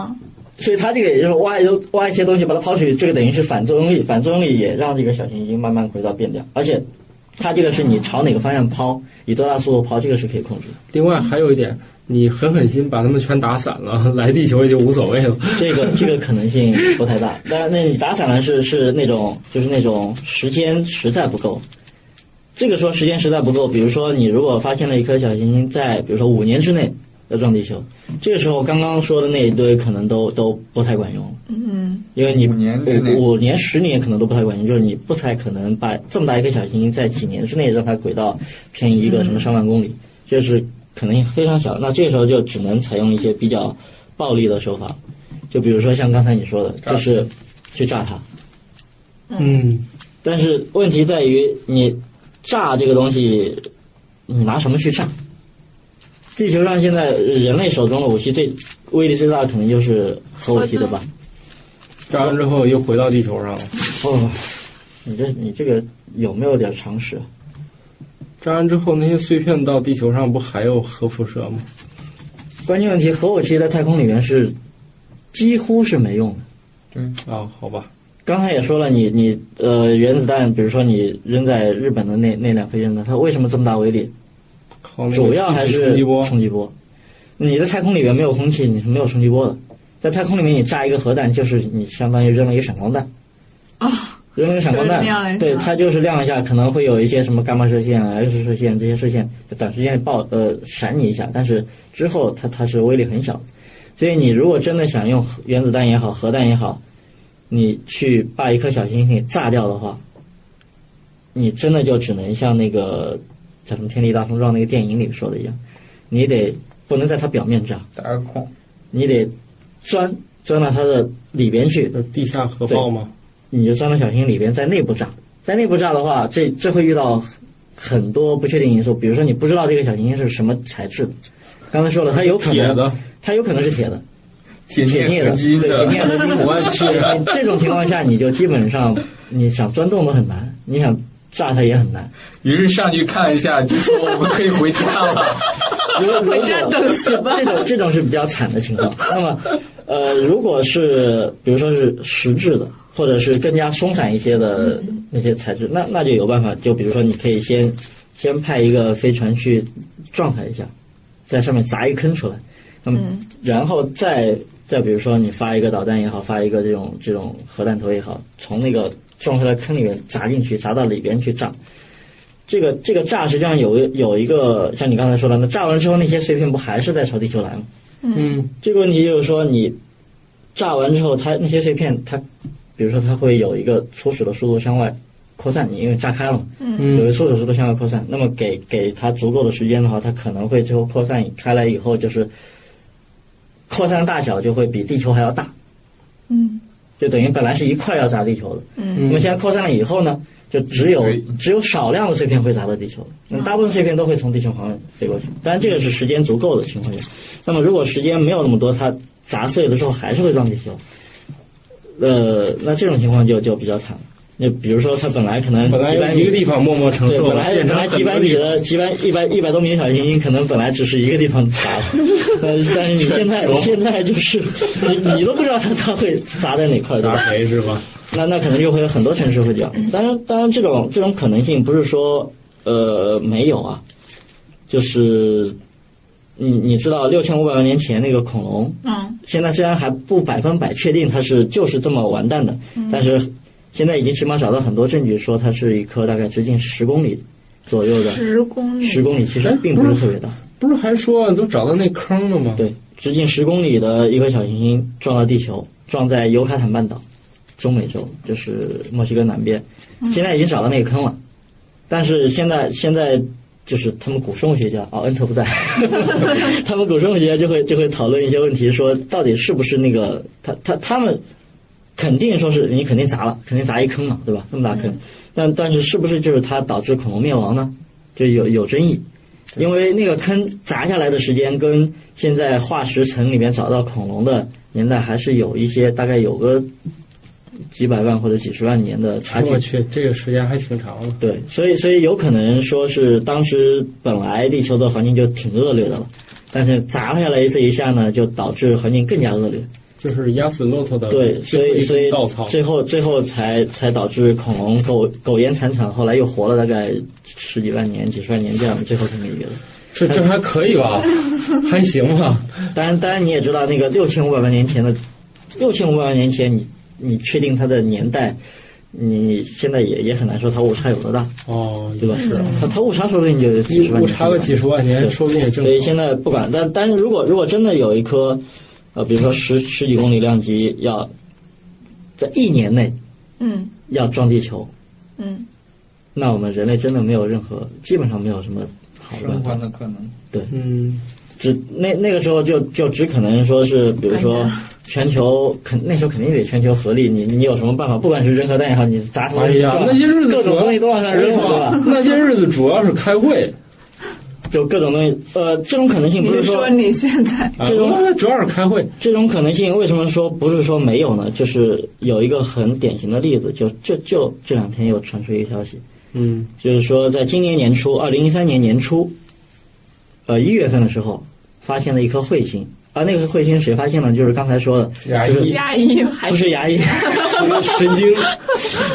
Speaker 3: 吧？
Speaker 4: 所以它这个也就是挖一些挖一些东西把它抛出去，这个等于是反作用力，反作用力也让这个小行星慢慢轨道变掉，而且它这个是你朝哪个方向抛，以多大速度抛，这个是可以控制的。
Speaker 1: 另外还有一点，你狠狠心把他们全打散了，来地球也就无所谓了。
Speaker 4: 这个这个可能性不太大。当然，那你打散了是是那种就是那种时间实在不够。这个说时间实在不够，比如说你如果发现了一颗小行星在比如说五年之内要撞地球，这个时候刚刚说的那一堆可能都都不太管用了。
Speaker 3: 嗯，
Speaker 4: 因为你
Speaker 2: 五年之内
Speaker 4: 五五年、十年可能都不太管用，就是你不太可能把这么大一颗小行星在几年之内让它轨道偏移一
Speaker 2: 嗯
Speaker 4: 个什么上万公里，这是可能性非常小。那这时候就只能采用一些比较暴力的手法，就比如说像刚才你说的，
Speaker 2: 炸
Speaker 4: 就是去炸它。
Speaker 1: 嗯，
Speaker 4: 但是问题在于，你炸这个东西，你拿什么去炸？地球上现在人类手中的武器最威力最大的可能就是核武器，对吧？
Speaker 1: 炸完之后又回到地球上了。
Speaker 4: 哦，你这你这个有没有点常识啊？
Speaker 1: 炸完之后，那些碎片到地球上不还有核辐射吗？
Speaker 4: 关键问题，核武器在太空里面是几乎是没用的。
Speaker 1: 啊，好吧，
Speaker 4: 刚才也说了你，你呃，原子弹，比如说你扔在日本的那那辆飞机上，它为什么这么大威力？
Speaker 1: 靠那个
Speaker 4: 主要还
Speaker 1: 气体
Speaker 4: 是
Speaker 1: 冲击波。
Speaker 4: 冲击波。你在太空里面没有空气，你是没有冲击波的。在太空里面，你炸一个核弹，就是你相当于扔了一个闪光弹，
Speaker 3: 啊，
Speaker 4: 扔了一个闪光
Speaker 3: 就是亮一
Speaker 4: 弹，
Speaker 3: 下
Speaker 4: 对，它就是亮一下，可能会有一些什么伽马射线啊、X 射线这些射线，在短时间内爆呃闪你一下，但是之后它它是威力很小的。所以你如果真的想用核原子弹也好，核弹也好，你去把一颗小行星给炸掉的话，你真的就只能像那个叫什么《天地大冲撞》那个电影里说的一样，你得不能在它表面炸，
Speaker 2: 打个孔，
Speaker 4: 你得钻钻到它的里边去，
Speaker 1: 就是地下核爆吗？
Speaker 4: 你就钻到小行星里边，在内部炸。在内部炸的话，这这会遇到很多不确定因素，比如说你不知道这个小行星是什么材质的。刚才说了，它有可
Speaker 1: 铁
Speaker 4: 能，
Speaker 1: 的，
Speaker 4: 它有可能是铁的，
Speaker 2: 铁
Speaker 4: 铁
Speaker 2: 面合
Speaker 4: 镍的，
Speaker 2: 金
Speaker 4: 对，
Speaker 2: 的
Speaker 4: 铁，镍合金的。
Speaker 1: 我去，
Speaker 4: 你这种情况下，你就基本上你想钻洞都很难，你想炸它也很难。
Speaker 2: 于是上去看一下，就说我们可以回家 了。
Speaker 4: 如果如果
Speaker 3: 回家等死吧
Speaker 4: 这种这种是比较惨的情况。那么，呃，如果是比如说是实质的，或者是更加松散一些的
Speaker 3: 嗯
Speaker 4: 那些材质，那那就有办法。就比如说，你可以先先派一个飞船去撞它一下，在上面砸一坑出来，那么、
Speaker 3: 嗯
Speaker 4: 然后再再比如说你发一个导弹也好，发一个这种这种核弹头也好，从那个撞出来的坑里面砸进去，砸到里边去炸。这个这个炸实际上有有一个像你刚才说的，那炸完之后那些碎片不还是在朝地球来吗？
Speaker 1: 嗯，
Speaker 4: 这个问题就是说，你炸完之后，它那些碎片，它比如说它会有一个初始的速度向外扩散，你因为炸开了嘛，
Speaker 1: 嗯
Speaker 4: 有一个初始速度向外扩散。那么给给它足够的时间的话，它可能会最后扩散开来以后，就是扩散大小就会比地球还要大，
Speaker 3: 嗯
Speaker 4: 就等于本来是一块要砸地球的，
Speaker 3: 嗯
Speaker 4: 那么现在扩散了以后呢，就只有
Speaker 2: 对
Speaker 4: 只有少量的碎片会砸到地球，那大部分碎片都会从地球旁边飞过去。当然，这个是时间足够的情况下。那么如果时间没有那么多，它砸碎了之后还是会撞地球，呃，那这种情况就就比较惨了。就比如说，它本来可能
Speaker 1: 本来
Speaker 4: 几百
Speaker 1: 由一个
Speaker 4: 米，
Speaker 1: 地方默默承
Speaker 4: 对，
Speaker 1: 受
Speaker 4: 本
Speaker 1: 了，
Speaker 4: 来
Speaker 1: 变
Speaker 4: 本
Speaker 1: 成
Speaker 4: 来
Speaker 1: 很
Speaker 4: 几
Speaker 1: 多
Speaker 4: 百米
Speaker 1: 地方。
Speaker 4: 的几百一百一百多米的小行星，可能本来只是一个地方砸 的，但是但是你现在现在就是你你都不知道它它会砸在哪块，对
Speaker 1: 砸
Speaker 4: 吧？
Speaker 1: 谁是吧？
Speaker 4: 那那可能就会有很多城市会这样。当然，当然这种这种可能性不是说呃没有啊，就是你你知道六千五百万年前那个恐龙，
Speaker 3: 嗯
Speaker 4: 现在虽然还不百分百确定它是就是这么完蛋的，但是现在已经起码找到很多证据说它是一颗大概直径十公里左右的
Speaker 3: 十公里，
Speaker 4: 十公里，其实并不是特别大，
Speaker 1: 不是还说都找到那坑了吗？
Speaker 4: 对，直径十公里的一颗小行星撞到地球，撞在尤卡坦半岛，中美洲，就是墨西哥南边。现在已经找到那个坑了，但是现在现在就是他们古生物学家哦，恩特不在，他们古生物学家就会就会讨论一些问题，说到底是不是那个他他他们肯定说是你肯定砸了，肯定砸一坑嘛，对吧？那么大坑，但但是是不是就是它导致恐龙灭亡呢？就有有争议，因为那个坑砸下来的时间跟现在化石层里面找到恐龙的年代还是有一些，大概有个几百万或者几十万年的差距
Speaker 1: 我。去，这个时间还挺长了。
Speaker 4: 对，所以所以有可能说是当时本来地球的环境就挺恶劣的了，但是砸下来这一下呢，就导致环境更加恶劣。
Speaker 1: 就是压死骆驼的
Speaker 4: 对，所
Speaker 1: 最后
Speaker 4: 以
Speaker 1: 一
Speaker 4: 所以
Speaker 1: 根稻草。
Speaker 4: 最后最后才才导致恐龙苟苟延残喘，后来又活了大概十几万年、几十万年这样，最后才灭绝了。
Speaker 1: 这这还可以 吧？还行吧？
Speaker 4: 当然，当然你也知道，那个六千五百万年前的，六千五百万年前你，你确定它的年代，你现在也也很难说它误差有多大，
Speaker 1: 哦，
Speaker 4: 对吧？
Speaker 1: 是啊，
Speaker 4: 它它误差说不定就有几
Speaker 1: 一
Speaker 4: 十万
Speaker 1: 误
Speaker 4: 年
Speaker 1: 差个几十万年，
Speaker 4: 对
Speaker 1: 说不定也正
Speaker 4: 所以
Speaker 1: 常。
Speaker 4: 现在不管，但但是如果如果真的有一颗，呃，比如说十十几公里量级要在一年内
Speaker 3: 嗯
Speaker 4: 要撞地球，
Speaker 3: 嗯
Speaker 4: 那我们人类真的没有任何，基本上没有什么好的
Speaker 2: 生还的可能，
Speaker 1: 嗯，
Speaker 4: 只那那个时候就就只可能说是，比如说
Speaker 3: 搬家
Speaker 4: 全球肯那时候肯定得全球合力，你你有什么办法？不管是人核弹也好，你砸什么
Speaker 1: 哎呀，那些日子
Speaker 4: 各
Speaker 1: 主
Speaker 4: 种
Speaker 1: 要
Speaker 4: 东西都往上扔，对吧？
Speaker 1: 那些日子主要是开会，
Speaker 4: 就各种东西，呃，这种可能性
Speaker 3: 你
Speaker 4: 不是
Speaker 3: 是
Speaker 4: 说
Speaker 3: 说你现在
Speaker 1: 啊
Speaker 4: 这种
Speaker 1: 那主要是开会。
Speaker 4: 这种可能性为什么说不是说没有呢？就是有一个很典型的例子，就就就这两天又传出一个消息，
Speaker 1: 嗯
Speaker 4: 就是说，在今年年初，二零一三年年初，呃一月份的时候，发现了一颗彗星，啊，那个彗星谁发现呢？就是刚才说的，
Speaker 2: 牙
Speaker 4: 就是
Speaker 2: 医
Speaker 3: 亚裔还
Speaker 4: 不是牙医，
Speaker 1: 神经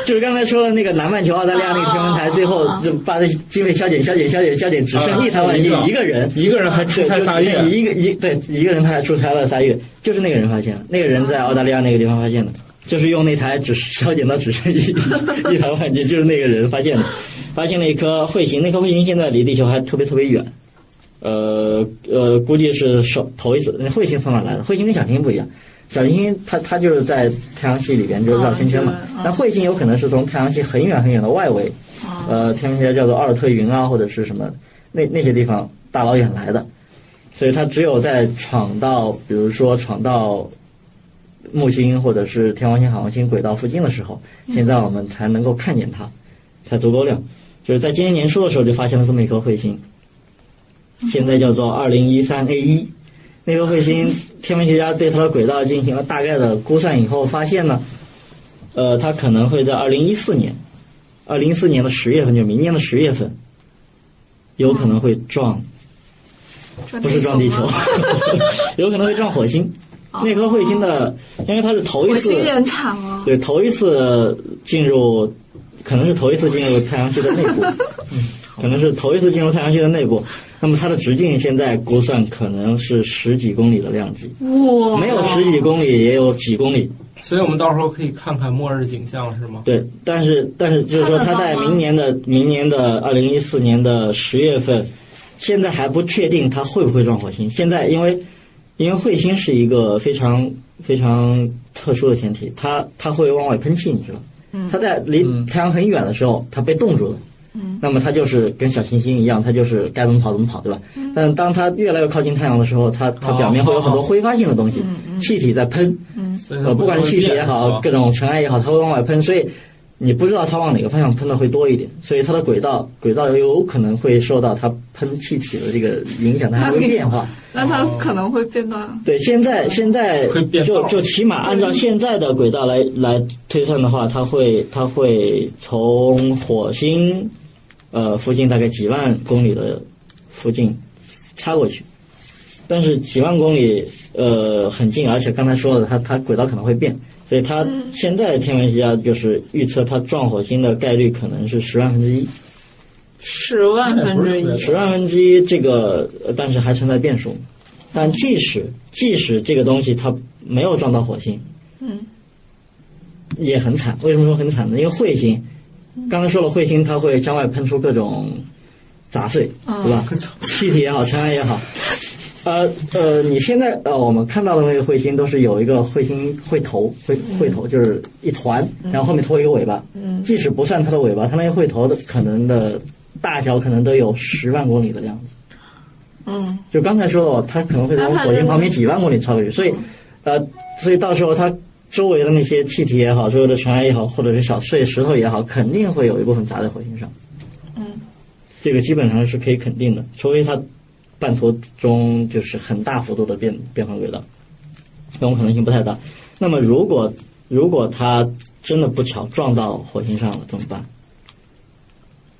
Speaker 4: 就是刚才说的那个南半球澳大利亚那个天文
Speaker 2: 哦
Speaker 4: 台，最后就把这经费削减、削减、削减、削减，只剩一台湾
Speaker 1: 啊
Speaker 4: 一一个人。
Speaker 1: 一个人还出
Speaker 4: 对，
Speaker 1: 差
Speaker 4: 就
Speaker 1: 仨
Speaker 4: 只
Speaker 1: 月
Speaker 4: 是，一个一对一个人，他还出差了仨月，就是那个人发现的，那个人在澳大利亚那个地方发现的，就是用那台只削减到只剩一 一台万斤，就是那个人发现的，发现了一颗彗星，那颗彗星现在离地球还特别特别远，呃呃，估计是首头一次，那彗星从哪来的？彗星跟小行星不一样。小行星它它就是在太阳系里边就是绕圈圈嘛
Speaker 3: 啊就是啊，
Speaker 4: 那彗星有可能是从太阳系很远很远的外围，
Speaker 3: 哦
Speaker 4: 呃，天文学家叫做奥尔特云啊，或者是什么那那些地方大老远来的，所以它只有在闯到，比如说闯到木星或者是天王星、海王星轨道附近的时候，
Speaker 3: 嗯
Speaker 4: 现在我们才能够看见它，才足够亮。就是在今年年初的时候就发现了这么一颗彗星，现在叫做二零一三 A 一。那颗彗星，天文学家对它的轨道进行了大概的估算以后，发现呢，呃，它可能会在二零一四年，二零一四年的十月份，就明年的十月份，有可能会
Speaker 3: 啊
Speaker 4: 撞不是撞地球， 有可能会撞火星。那颗彗星的，因为它是头一
Speaker 3: 哦火
Speaker 4: 次，
Speaker 3: 星人惨啊了，
Speaker 4: 对头一次进入，可能是头一次进入太阳系的内部，嗯可能是头一次进入太阳系的内部。那么它的直径现在估算可能是十几公里的量级，
Speaker 3: 哇，
Speaker 4: 没有十几公里也有几公里。
Speaker 1: 所以我们到时候可以看看末日景象是吗？
Speaker 4: 对，但是但是就是说，它在明年的明年的二零一四年的十月份，现在还不确定它会不会撞火星。现在因为因为彗星是一个非常非常特殊的天体，它它会往外喷气，你知道，它在离
Speaker 2: 嗯
Speaker 4: 太阳很远的时候，它被冻住了。那么它就是跟小行星一样，它就是该怎么跑怎么跑，对吧？但当它越来越靠近太阳的时候，它它表面会有很多挥发性的东西，气体在喷，
Speaker 1: 所以它
Speaker 4: 呃，不管是气体也
Speaker 1: 会
Speaker 4: 好，
Speaker 1: 变
Speaker 4: 各种尘埃也好，它会往外喷，所以你不知道它往哪个方向喷的会多一点，所以它的轨道轨道有可能会受到它喷气体的这个影响，它还会变化。
Speaker 3: 那它可能会变到
Speaker 4: 对，现在现在
Speaker 1: 会变道
Speaker 4: 就就起码按照现在的轨道来来推算的话，它会它会从火星呃附近大概几万公里的附近插过去，但是几万公里呃很近，而且刚才说了，它它轨道可能会变，所以它现在天文学家就是预测它撞火星的概率可能是十万分之一。
Speaker 3: 十万分之一，
Speaker 4: 十万分之一这个，呃但是还存在变数。但即使即使这个东西它没有撞到火星，
Speaker 3: 嗯，
Speaker 4: 也很惨。为什么说很惨呢？因为彗星，刚才说了，彗星它会向外喷出各种杂碎，对吧？气体也好，尘埃也好。呃呃，你现在呃，我们看到的那个彗星都是有一个彗星会头，会会头就是一团，然后后面拖一个尾巴。嗯，即使不算它的尾巴，它那个会头的可能的大小可能都有十万公里的量级。
Speaker 3: 嗯，
Speaker 4: 就刚才说的，它可能会从火星旁边几万公里超过去，所以，呃，所以到时候它周围的那些气体也好，周围的尘埃也好，或者是小碎石头也好，肯定会有一部分砸在火星上。
Speaker 3: 嗯，
Speaker 4: 这个基本上是可以肯定的，除非它半途中就是很大幅度的变变换轨道，这种可能性不太大。那么如果如果它真的不巧撞到火星上了，怎么办？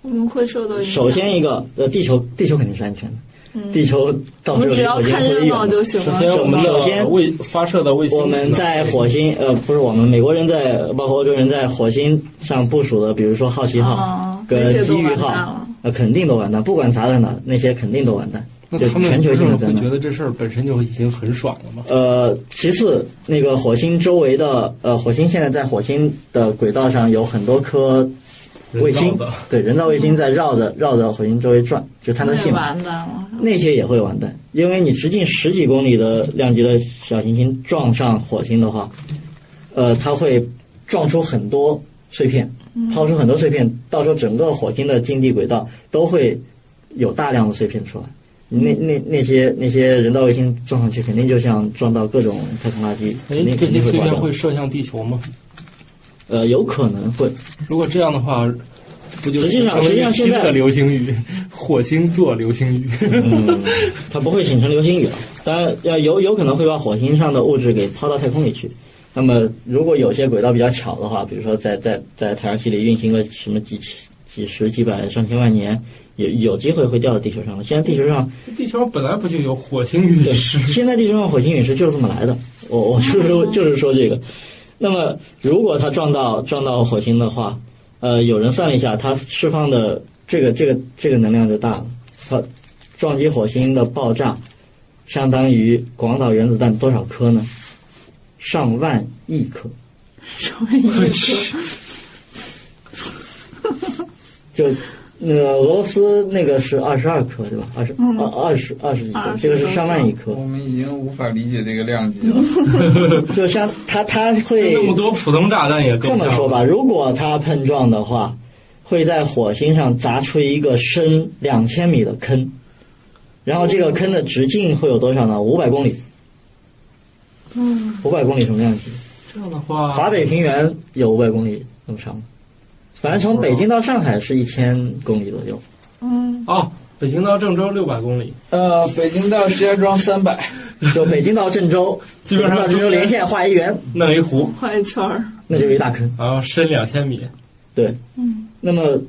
Speaker 3: 我们会受到影响。
Speaker 4: 首先一个，呃，地球地球肯定是安全的，地球到
Speaker 3: 嗯我
Speaker 4: 时候
Speaker 3: 们只要
Speaker 4: 离火星
Speaker 3: 看
Speaker 4: 特别
Speaker 3: 热
Speaker 4: 远
Speaker 3: 闹
Speaker 4: 嘛
Speaker 3: 就行
Speaker 1: 道
Speaker 3: 了
Speaker 1: 所。以我们的
Speaker 4: 首先
Speaker 1: 卫发射的卫星，
Speaker 4: 我们在火星，呃，不是我们，美国人在，包括欧洲人在火星上部署的，比如说好奇号
Speaker 3: 哦、那些
Speaker 4: 跟
Speaker 3: 都
Speaker 4: 机遇
Speaker 3: 完蛋
Speaker 4: 号
Speaker 3: 了，
Speaker 4: 呃，肯定都完蛋，不管砸在哪，那些肯定都完蛋，
Speaker 1: 那
Speaker 4: 就
Speaker 1: 他们
Speaker 4: 全球
Speaker 1: 不
Speaker 4: 性
Speaker 1: 是
Speaker 4: 的灾
Speaker 1: 会觉
Speaker 4: 难。
Speaker 1: 得这事儿本身就已经很爽了吗？
Speaker 4: 呃，其次，那个火星周围的，呃，火星现在在火星的轨道上有很多颗卫星
Speaker 1: 人造的，
Speaker 4: 对，人造卫星在绕着绕着火星周围转，就探测器
Speaker 3: 太
Speaker 4: 嘛。
Speaker 3: 完蛋了，
Speaker 4: 那些也会完蛋，因为你直径十几公里的量级的小行星撞上火星的话，呃，它会撞出很多碎片，抛出很多碎片，到时候整个火星的近地轨道都会有大量的碎片出来。那那那些那些人造卫星撞上去，肯定就像撞到各种太空垃圾，
Speaker 1: 哎
Speaker 4: 肯定，
Speaker 1: 这
Speaker 4: 肯
Speaker 1: 些
Speaker 4: 定会
Speaker 1: 碎
Speaker 4: 爆
Speaker 1: 片
Speaker 4: 炸
Speaker 1: 会。射向地球吗？
Speaker 4: 呃，有可能会，
Speaker 1: 如果这样的话，不就
Speaker 4: 实际上
Speaker 1: 成为一个
Speaker 4: 实际上
Speaker 1: 新
Speaker 4: 现在
Speaker 1: 的流星雨， 火星座流星雨？
Speaker 4: 嗯，它不会形成流星雨了，啊当然要有有可能会把火星上的物质给抛到太空里去。那么，如果有些轨道比较巧的话，比如说在在在太阳系里运行个什么几几十、几百、上千万年，有有机会会掉到地球上的。现在地球上，
Speaker 1: 地球上本来不就有火星陨
Speaker 4: 对，
Speaker 1: 石？
Speaker 4: 现在地球上火星陨石就是这么来的。我我就是
Speaker 1: 嗯
Speaker 4: 说就是说这个。那么如果它撞到撞到火星的话，呃，有人算了一下，它释放的这个这个这个能量就大了。它撞击火星的爆炸，相当于广岛原子弹多少颗呢？上万亿颗。
Speaker 1: 我去，
Speaker 4: 就那个俄罗斯那个是二十二颗对吧？二十二二十嗯二十一颗，这个是上万一颗，
Speaker 2: 我们已经无法理解这个量级了。
Speaker 4: 就像它它会
Speaker 1: 那么多普通炸弹也够
Speaker 4: 这么
Speaker 1: 呛
Speaker 4: 说吧，
Speaker 1: 了，
Speaker 4: 如果它碰撞的话，会在火星上砸出一个深两千米的坑，然后这
Speaker 1: 哦
Speaker 4: 个坑的直径会有多少呢？五百公里。嗯，五百公里什么量级？
Speaker 1: 这样的话，
Speaker 4: 华北平原有五百公里那么长吗，反正从北京到上海是一千公里左右。
Speaker 1: 哦，北京到郑州六百公里，
Speaker 2: 呃，北京到石家庄三百，
Speaker 4: 就北京到郑州，
Speaker 1: 哦 基本上
Speaker 4: 北京到郑州连线画一圆，
Speaker 1: 弄一湖，
Speaker 3: 画一圈儿，
Speaker 4: 那就是一大坑。
Speaker 1: 然后深两千米，
Speaker 4: 对，嗯，那么，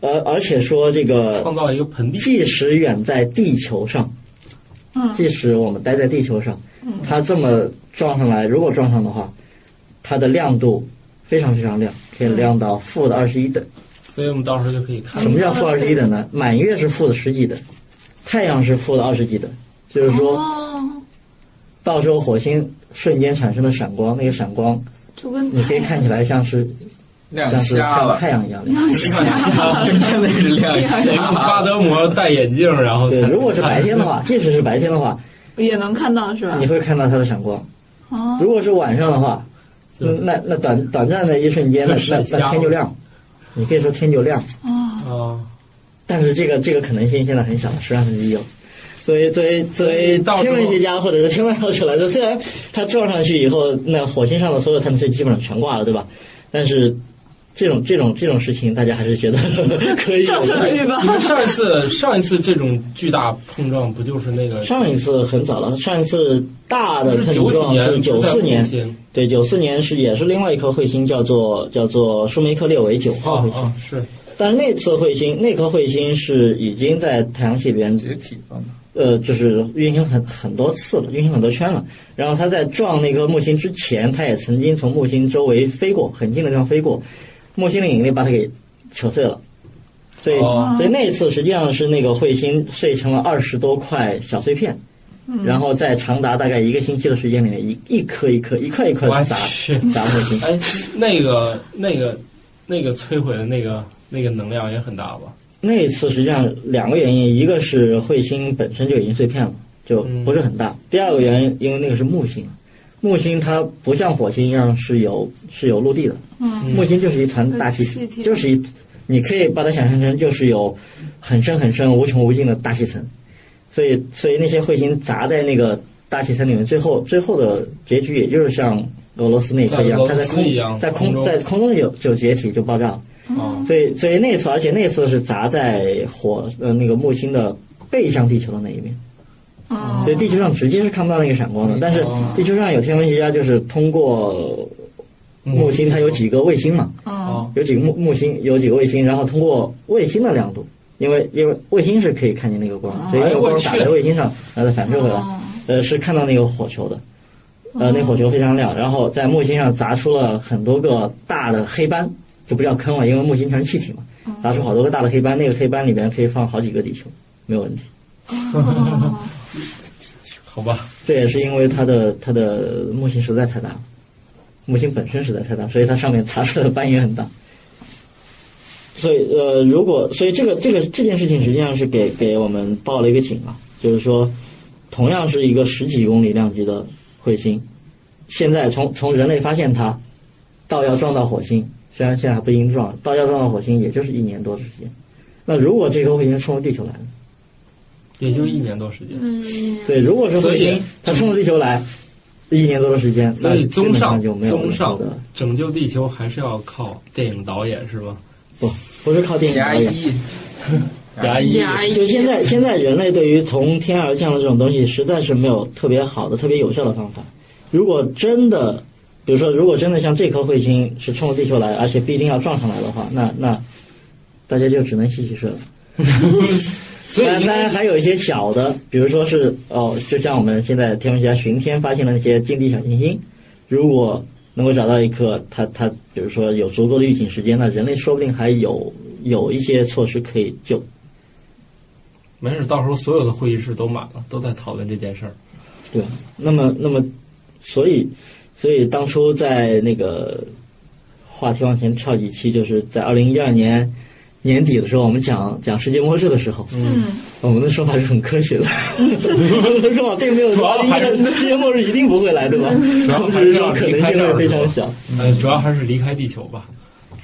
Speaker 4: 而而且说这个，
Speaker 1: 创造一个盆地。
Speaker 4: 即使远在地球上，
Speaker 3: 嗯
Speaker 4: 即使我们待在地球上，它这么撞上来，如果撞上的话，它的亮度非常非常亮，
Speaker 3: 嗯
Speaker 4: 可以亮到负的二十一等。
Speaker 1: 所以我们到时候就可以
Speaker 3: 嗯
Speaker 1: 看
Speaker 4: 什么叫负二十一等呢？满月是负的十几等，太阳是负的二十几等，就是说，
Speaker 3: 哦，
Speaker 4: 到时候火星瞬间产生的闪光，那个闪光
Speaker 3: 就跟
Speaker 4: 你可以看起来像是
Speaker 2: 亮
Speaker 4: 像是
Speaker 2: 瞎
Speaker 4: 像
Speaker 2: 了
Speaker 4: 太，阳一 样亮。
Speaker 2: 真的是亮
Speaker 1: 谁
Speaker 2: 瞎
Speaker 1: 用巴
Speaker 2: 了。
Speaker 1: 德摩戴眼镜，然后才
Speaker 4: 对，如果是
Speaker 1: 能看
Speaker 4: 白天的，话，即使是白天的话，
Speaker 3: 也能看到是吧
Speaker 4: 你？会看到它的闪光。
Speaker 3: 哦，
Speaker 4: 如果是晚上的话，
Speaker 1: 就
Speaker 4: 嗯那那短短暂的一瞬间，那
Speaker 1: 就是
Speaker 4: 那
Speaker 1: 瞎
Speaker 4: 那天就亮，你可以说天就亮。
Speaker 1: 啊，
Speaker 4: 但是这个这个可能性现在很小，十万分之一有。哦作为作为作为
Speaker 1: 到时候
Speaker 4: 天文学家或者是天文爱好者来说，虽然它撞上去以后，那火星上的所有探测器基本上全挂了，对吧？但是这种这种这种事情，大家还是 觉得可以有
Speaker 3: 撞
Speaker 4: 的
Speaker 3: 上去吧
Speaker 1: 你。们上一次 上一次这种巨大碰撞不就是那个
Speaker 4: 上一次很早了，上一次大的
Speaker 1: 是
Speaker 4: 碰
Speaker 1: 九几
Speaker 4: 撞
Speaker 1: 年
Speaker 4: 是九四年
Speaker 1: 不，在木星
Speaker 4: 对，九四年是也是另外一颗彗星，叫做叫做舒梅克列维九号
Speaker 1: 哦
Speaker 4: 彗星。
Speaker 1: 哦是
Speaker 4: 但那次彗星，那颗彗星是已经在太阳系里边，
Speaker 2: 解体了嘛？
Speaker 4: 呃，就是运行很很多次了，运行很多圈了。然后它在撞那颗木星之前，它也曾经从木星周围飞过，很近的地方飞过，木星的引力把它给扯碎了。所以，
Speaker 2: 哦
Speaker 4: 所以那次实际上是那个彗星碎成了二十多块小碎片，然后在长达大概一个星期的时间里面，一一颗一颗、一块一块
Speaker 1: 我
Speaker 4: 地砸
Speaker 1: 去
Speaker 4: 砸木星。
Speaker 1: 哎那个那个那个摧毁的那个那个能量也很大吧？
Speaker 4: 那一次实际上两个原因，一个是彗星本身就已经碎片了，就
Speaker 1: 嗯
Speaker 4: 不是很大；第二个原因，因为那个是木星，木星它不像火星一样是有是有陆地的，木星就是一团大
Speaker 3: 嗯
Speaker 4: 气
Speaker 3: 呃气体
Speaker 4: 就是一，你可以把它想象成就是有很深很深、无穷无尽的大气层，所以所以那些彗星砸在那个大气层里面，最后最后的结局也就是像俄罗斯那一颗一样，
Speaker 1: 像俄
Speaker 4: 它在
Speaker 1: 罗斯
Speaker 4: 空
Speaker 1: 一样
Speaker 4: 在
Speaker 1: 空中
Speaker 4: 空在空中有就解体就爆炸了。
Speaker 3: 嗯
Speaker 1: 啊，
Speaker 4: 所以所以那次，而且那次是砸在火呃那个木星的背向地球的那一面，
Speaker 3: 哦
Speaker 4: 所以地球上直接是看不到那个闪光的。但是地球上有天文学家就是通过木星，它有几个卫星嘛，
Speaker 1: 啊
Speaker 3: 嗯
Speaker 4: 有几个木木星有几个卫星，然后通过卫星的亮度，因为因为卫星是可以看见那个光，所以那个光打在卫星上，然后再反射回来，呃是看到那个火球的。呃，那火球非常亮，然后在木星上砸出了很多个大的黑斑，就不叫坑了，因为木星全是气体嘛，砸出好多个大的黑斑，那个黑斑里面可以放好几个地球，没有问题。
Speaker 1: 好吧，
Speaker 4: 这也是因为它的它的木星实在太大了，木星本身实在太大，所以它上面擦出来的斑也很大。所以呃，如果所以这个这个这件事情实际上是给给我们报了一个警啊，就是说，同样是一个十几公里量级的彗星，现在从从人类发现它到要撞到火星，虽然现在还不一定撞，到要撞到火星也就是一年多的时间。那如果这颗彗星冲着地球来呢？
Speaker 1: 也就一年多时
Speaker 3: 嗯
Speaker 1: 间。
Speaker 4: 对，如果是
Speaker 1: 所
Speaker 4: 彗
Speaker 1: 以
Speaker 4: 星，它冲着地球来，一年多的时间，
Speaker 1: 所以
Speaker 4: 那基
Speaker 1: 综
Speaker 4: 本
Speaker 1: 上
Speaker 4: 上就没有
Speaker 1: 综上
Speaker 4: 任何的，
Speaker 1: 拯救地球还是要靠电影导演是吧？
Speaker 4: 不不是靠电影
Speaker 2: 牙
Speaker 4: 导演。
Speaker 2: 医，
Speaker 1: 牙医
Speaker 4: 就现在，现在人类对于从天而降的这种东西，实在是没有特别好的、特别有效的方法。如果真的，比如说，如果真的像这颗彗星是冲着地球来，而且必定要撞上来的话，那那大家就只能洗洗睡了。
Speaker 1: 所以
Speaker 4: 当
Speaker 1: 应
Speaker 4: 当然
Speaker 1: 该
Speaker 4: 还有一些小的，比如说是哦，就像我们现在天文学家巡天发现了那些近地小行星，如果能够找到一颗，它它比如说有足够的预警时间，那人类说不定还有有一些措施可以救。
Speaker 1: 没事，到时候所有的会议室都满了，都在讨论这件事儿。
Speaker 4: 对，那么那么，所以所以当初在那个话题往前跳几期，就是在二零一二年年底的时候，我们讲讲世界末日的时候，
Speaker 3: 嗯，
Speaker 4: 我们的说法是很科 学的，我们的说法并没有
Speaker 1: 主
Speaker 4: 说
Speaker 1: 要还是
Speaker 4: 2012世界末日一定不会来，对吧？
Speaker 1: 主要
Speaker 4: 我们
Speaker 1: 还
Speaker 4: 只
Speaker 1: 是
Speaker 4: 是
Speaker 1: 要
Speaker 4: 说可
Speaker 1: 离
Speaker 4: 能
Speaker 1: 开
Speaker 4: 性
Speaker 1: 这
Speaker 4: 会
Speaker 1: 儿
Speaker 4: 非常
Speaker 1: 是吧
Speaker 4: 小，
Speaker 1: 呃，主要还是离开地球吧。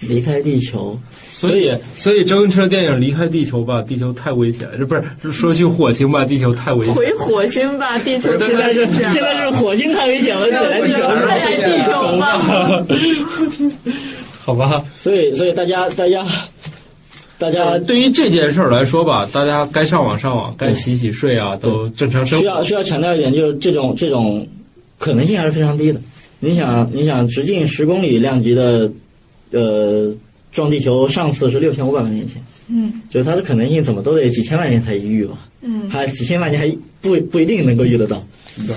Speaker 4: 离开地球。
Speaker 1: 所以，所以周星驰的电影《离开地球吧》，地球太危险了。这不是是说去火星吧，地球太危险。
Speaker 3: 回火星吧，地球
Speaker 2: 对
Speaker 3: 真的是
Speaker 1: 啊
Speaker 3: 这样
Speaker 4: 现在是火星太危险了，
Speaker 3: 那
Speaker 4: 来
Speaker 3: 我
Speaker 4: 地
Speaker 3: 觉
Speaker 4: 球
Speaker 3: 得
Speaker 4: 吧
Speaker 3: 快来地球吧。
Speaker 1: 好吧，
Speaker 4: 所以所以大家大家大家
Speaker 1: 呃对于这件事儿来说吧，大家该上网上网，该洗洗睡啊，都正常生
Speaker 4: 需要
Speaker 1: 活。
Speaker 4: 需要强调一点，就是这种这种可能性还是非常低的。你想，你想直径十公里量级的，呃，撞地球上次是六千五百万年前，
Speaker 3: 嗯
Speaker 4: 就是它的可能性怎么都得几千万年才一遇吧，
Speaker 3: 嗯
Speaker 4: 还几千万年还不不一定能够遇得到。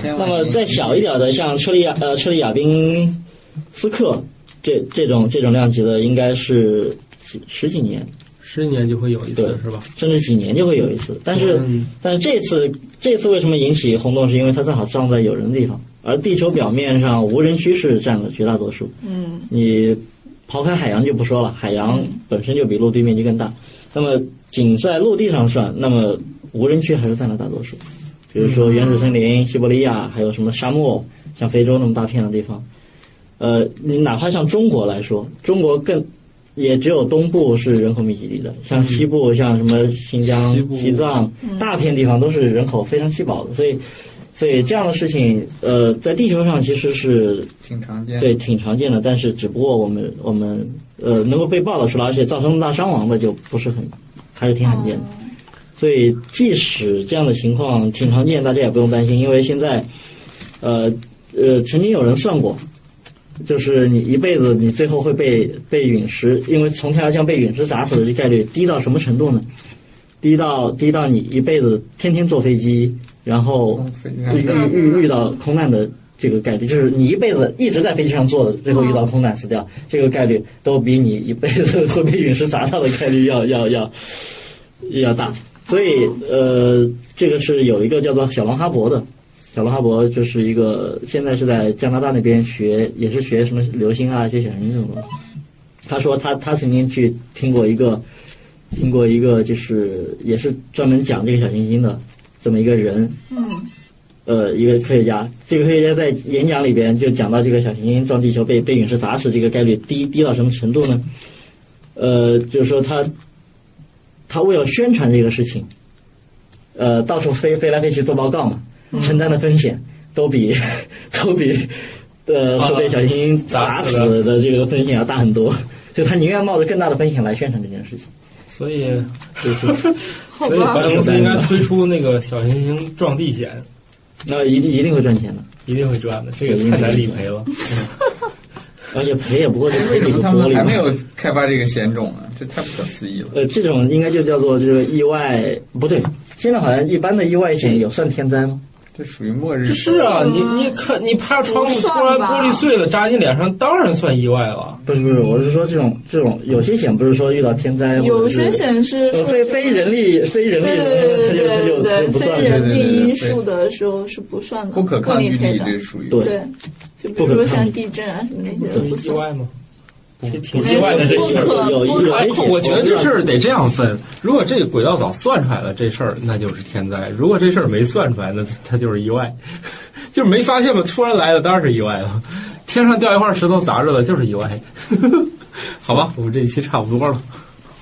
Speaker 4: 那么再小一点的，像车里亚呃车里亚宾斯克这这种这种量级的，应该是几十几年
Speaker 1: 十年就会有一次
Speaker 4: 对，
Speaker 1: 是吧？
Speaker 4: 甚至几年就会有一次，但是。
Speaker 1: 嗯
Speaker 4: 但是这次这次为什么引起轰动，是因为它正好撞在有人的地方，而地球表面上无人区是占了绝大多数。
Speaker 3: 嗯
Speaker 4: 你刨开海洋就不说了，海洋本身就比陆地面积更大，那么仅在陆地上算，那么无人区还是占了大多数。比如说原始森
Speaker 1: 嗯
Speaker 4: 林、西伯利亚，还有什么沙漠，像非洲那么大片的地方，呃，你哪怕像中国来说，中国更。也只有东部是人口密集地的，像西部，像什么新
Speaker 1: 嗯
Speaker 4: 疆
Speaker 1: 西部、嗯
Speaker 4: 西藏，大片地方都是人口非常稀薄的，所以，所以这样的事情，呃，在地球上其实是
Speaker 2: 挺常见，
Speaker 4: 对，，挺常见的，但是只不过我们我们呃能够被报道出来，而且造成大伤亡的就不是很，还是挺罕见的。所以即使这样的情况挺常见，大家也不用担心，因为现在，呃呃，曾经有人算过，就是你一辈子你最后会被被陨石，因为从太阳降被陨石砸死的概率低到什么程度呢？低到低到你一辈子天天坐飞机，然后
Speaker 2: 嗯
Speaker 4: 遇遇遇遇到空难的这个概率，就是你一辈子一直在飞机上坐的，最后遇到空难死掉，这个概率都比你一辈子会被陨石砸到的概率要要要要大。所以呃，这个是有一个叫做小龙哈勃的。小龙哈勃就是一个现在是在加拿大那边学，也是学什么流星啊、学小行星这种东西。他说他他曾经去听过一个听过一个就是也是专门讲这个小行星的这么一个人，
Speaker 3: 嗯
Speaker 4: 呃，一个科学家，这个科学家在演讲里边就讲到这个小行星撞地球被被陨石砸死这个概率低低到什么程度呢？呃，就是说他他为了宣传这个事情，呃，到处飞飞来飞去做报告嘛，
Speaker 2: 嗯
Speaker 4: 承担的风险都比都比呃
Speaker 1: 啊
Speaker 4: 会被小行星
Speaker 1: 砸
Speaker 4: 砸
Speaker 1: 死的
Speaker 4: 死的这个风险要大很多，就他宁愿冒着更大的风险来宣传这件事情。
Speaker 1: 所以就是，所以
Speaker 3: 吧
Speaker 1: 白公司应该推出那个小行星撞地险，
Speaker 4: 那一定一定会赚钱的，
Speaker 1: 一定会赚的。这个太难理赔了。
Speaker 4: 而且赔也不过就
Speaker 2: 为什
Speaker 4: 赔几
Speaker 2: 么
Speaker 4: 个
Speaker 2: 他
Speaker 4: 玻
Speaker 2: 们
Speaker 4: 璃
Speaker 2: 还
Speaker 4: 吧
Speaker 2: 没有开发这个险种啊？这太不可思议了。
Speaker 4: 呃，这种应该就叫做这个意外，不对，现在好像一般的意外险有算天灾吗？
Speaker 2: 这属于末日
Speaker 1: 这，是啊，你你看，你趴窗户
Speaker 3: 不
Speaker 1: 突
Speaker 3: 算
Speaker 1: 然
Speaker 3: 吧
Speaker 1: 玻璃碎了砸你脸上，当然算意外了。
Speaker 4: 不是不是，我是说这种这种有些险不是说遇到天灾，
Speaker 3: 有
Speaker 4: 或者是
Speaker 3: 些险是
Speaker 4: 呃
Speaker 3: 说
Speaker 4: 非非人力非人力
Speaker 3: 对
Speaker 4: 的，
Speaker 3: 对
Speaker 4: 它就它
Speaker 3: 对
Speaker 4: 就
Speaker 3: 对
Speaker 4: 它就
Speaker 3: 对
Speaker 4: 不算
Speaker 3: 非
Speaker 4: 了。
Speaker 3: 人力因素的时候是不算的，
Speaker 2: 不可抗拒
Speaker 3: 理赔
Speaker 2: 力，
Speaker 3: 的。
Speaker 2: 这属于
Speaker 4: 对
Speaker 3: 对，就比如说像地震啊什么那些都不
Speaker 1: 意
Speaker 3: 算。
Speaker 1: 外吗？这挺意外的
Speaker 3: 没
Speaker 1: 这
Speaker 3: 事
Speaker 1: 事儿
Speaker 3: 不。可
Speaker 4: 有有
Speaker 3: 不可
Speaker 1: 哎
Speaker 4: 有一，些
Speaker 1: 我觉得这事儿得这样分：如果这个轨道早算出来了这事儿，那就是天灾；如果这事儿没算出来，那它就是意外， 就是没发现嘛，突然来了，当然是意外了。天上掉一块石头砸着了，就是意外。 好吧，我们这一期差不多了。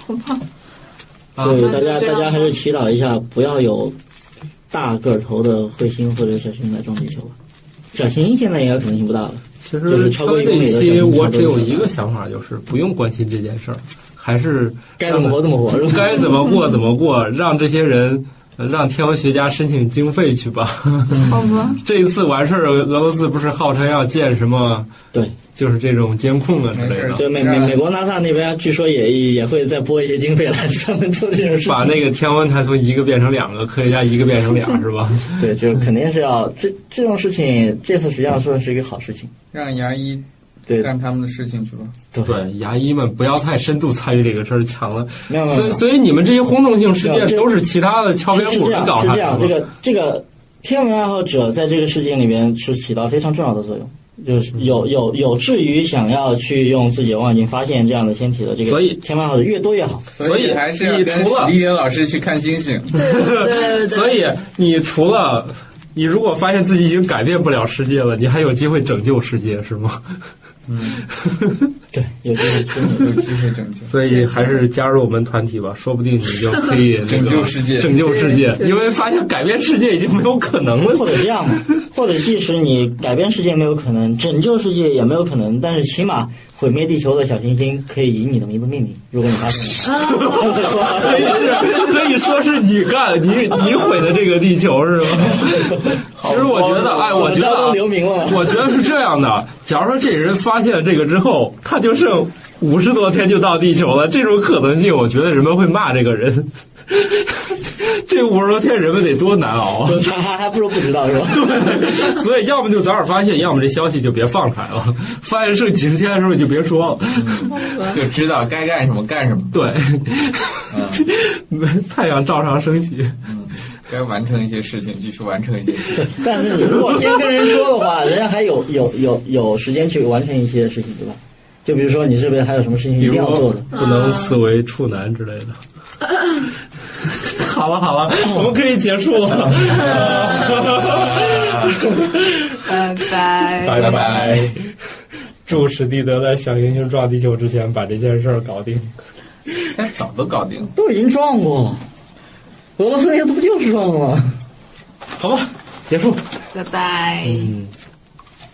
Speaker 1: 好吧。
Speaker 4: 所以
Speaker 1: 啊，
Speaker 4: 大家
Speaker 3: 那就这
Speaker 4: 大
Speaker 3: 样
Speaker 4: 家还是祈祷一下，不要有大个头的彗星或者小行星来撞地球吧。小行星现在应该可能性不大了。
Speaker 1: 其实听完这一期，我只有一个想法，就是不用关心这件事儿，还是
Speaker 4: 该怎么活怎么活是吧
Speaker 1: 该怎么过怎么过，让这些人让天文学家申请经费去吧。
Speaker 4: 嗯
Speaker 7: 好吧，
Speaker 1: 这一次完事儿，俄罗斯不是号称要建什么？
Speaker 4: 对，
Speaker 1: 就是这种监控啊之类
Speaker 2: 没事
Speaker 1: 的
Speaker 2: 儿，
Speaker 4: 就美美美国 NASA 那边据说也也会再拨一些经费来专门做这种事情。
Speaker 1: 把那个天文台从一个变成两个，科学家一个变成俩，是 吧？
Speaker 4: 对，就是肯定是要这这种事情，这次实际上说的是一个好事情。
Speaker 2: 让牙医
Speaker 4: 对，
Speaker 2: 干他们的事情去吧。
Speaker 1: 对，牙医们不要太深度参与这个事儿，抢了。
Speaker 4: 没有没有
Speaker 1: 所以，
Speaker 4: 没有，
Speaker 1: 所以你们这些轰动性事
Speaker 4: 没有
Speaker 1: 件
Speaker 4: 这
Speaker 1: 都是其他的敲边
Speaker 4: 是
Speaker 1: 鼓
Speaker 4: 这
Speaker 1: 的
Speaker 4: 样
Speaker 1: 搞
Speaker 4: 是
Speaker 1: 出
Speaker 4: 这
Speaker 1: 来
Speaker 4: 样，
Speaker 1: 的
Speaker 4: 这
Speaker 1: 吗。
Speaker 4: 个这个天文爱好者在这个事情里面是起到非常重要的作用。就是
Speaker 1: 嗯
Speaker 4: 有有有志于想要去用自己的望远镜发现这样的天体的这个，
Speaker 1: 所以
Speaker 4: 天文爱好者越多越好。
Speaker 1: 所以
Speaker 2: 还是要
Speaker 1: 你
Speaker 2: 跟
Speaker 1: 除了
Speaker 2: 史蒂芬老师去看星星。
Speaker 3: 对对
Speaker 1: 所以，你除了你如果发现自己已经改变不了世界了，你还有机会拯救世界，是吗？
Speaker 4: 对，有这个真的
Speaker 2: 有机会拯救。
Speaker 1: 所以还是加入我们团体吧，说不定你就可 以那个
Speaker 2: 拯救世界
Speaker 1: 拯救世界，因为发现改变世界已经没有可能
Speaker 4: 或
Speaker 1: 了。
Speaker 4: 者这样 吧，或者即使你改变世界没有可能，拯救世界也没有可能，但是起码毁灭地球的小行星可以以你的名字命名。如果你发现
Speaker 1: 啊
Speaker 4: 了，
Speaker 1: 可以是可以说是你干你你毁的这个地球 是吗？其实我觉得，哎，我觉得
Speaker 4: 都
Speaker 1: 啊
Speaker 4: 留名了。
Speaker 1: 我觉得是这样的，假如说这人发现了这个之后，他就剩五十多天就到地球了，这种可能性，我觉得人们会骂这个人。 这五十多天人们得多难熬啊！
Speaker 4: 还还还不如不知道是吧？
Speaker 1: 对， 所以要么就早点发现，要么这消息就别放出来了。发现剩几十天的时候你就别说了。
Speaker 2: 就知道该干什么干什么，
Speaker 1: 对， 太阳照常升起。
Speaker 2: 该完成一些事情就去完成一些事情。
Speaker 4: 但是你如果先跟人说的话，人家还有有有有时间去完成一些事情，对吧？就比如说你是不是还有什么事情
Speaker 1: 比
Speaker 4: 一定
Speaker 1: 如
Speaker 4: 要做的？
Speaker 1: 不能思维处男之类的。好了好了，我们可以结束了，
Speaker 3: 拜拜。
Speaker 1: 拜拜。祝史蒂德在小行星撞地球之前把这件事儿搞定。
Speaker 2: 但早都搞定了。
Speaker 4: 都已经撞过了，俄罗斯那个不就是撞了吗？
Speaker 1: 好吧，结束。
Speaker 3: 拜拜。
Speaker 1: 嗯，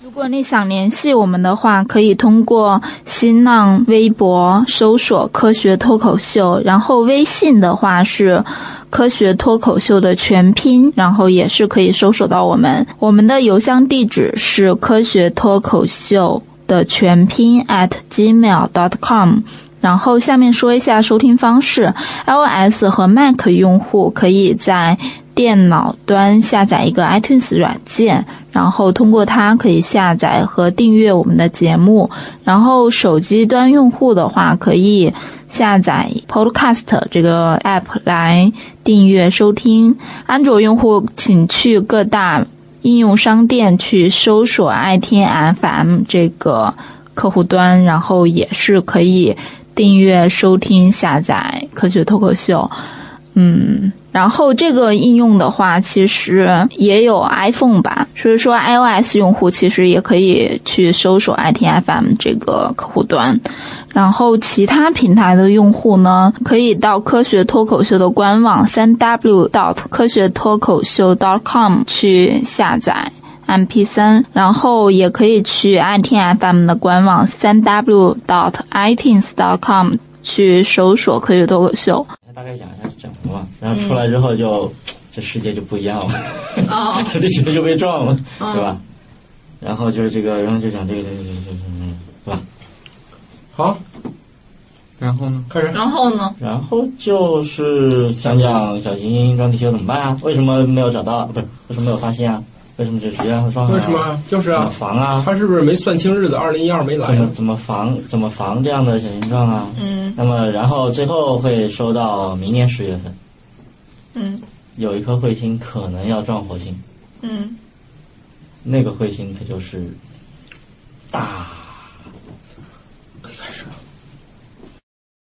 Speaker 7: 如果你想联系我们的话，可以通过新浪微博搜索“科学脱口秀”，然后微信的话是“科学脱口秀”的全拼，然后也是可以搜索到我们。我们的邮箱地址是“科学脱口秀”的全拼 at gmail.com。然后下面说一下收听方式，iOS 和 Mac 用户可以在电脑端下载一个 iTunes 软件，然后通过它可以下载和订阅我们的节目。然后手机端用户的话，可以下载 Podcast 这个 app 来订阅收听。安卓用户请去各大应用商店去搜索爱听 FM 这个客户端，然后也是可以订阅收听下载《科学脱口秀》。嗯，然后这个应用的话，其实也有 iPhone 吧，所以说 iOS 用户其实也可以去搜索 ITFM 这个客户端。然后其他平台的用户呢，可以到科学脱口秀的官网三 w dot 科学脱口秀 dot com 去下载 MP 3然后也可以去 iTunes FM 的官网三 w dot itunes dot com 去搜索科学脱口秀。
Speaker 4: 大概讲一下是讲什么吧，然后出来之后就、这世界就不一样 了，
Speaker 3: 哦，
Speaker 4: 地球就被撞了，
Speaker 3: 嗯
Speaker 4: 对吧？然后就是这个，然后就讲这个这个这个这个，嗯
Speaker 1: 好，
Speaker 2: 然后呢？
Speaker 1: 开始。
Speaker 3: 然后呢？
Speaker 4: 然后就是讲讲小行星撞地球怎么办啊？为什么没有找到？不是为什么没有发现啊？为什么只实际上会撞上啊？
Speaker 1: 为什么？就是
Speaker 4: 怎么
Speaker 1: 啊，
Speaker 4: 防啊？
Speaker 1: 他是不是没算清日子？二零一二没来啊
Speaker 4: 怎么
Speaker 1: 呢？
Speaker 4: 怎么防怎么防这样的小形状啊？
Speaker 3: 嗯
Speaker 4: 那么然后最后会收到明年十月份
Speaker 3: 嗯
Speaker 4: 有一颗彗星可能要撞火星，
Speaker 3: 嗯，
Speaker 4: 那个彗星它就是大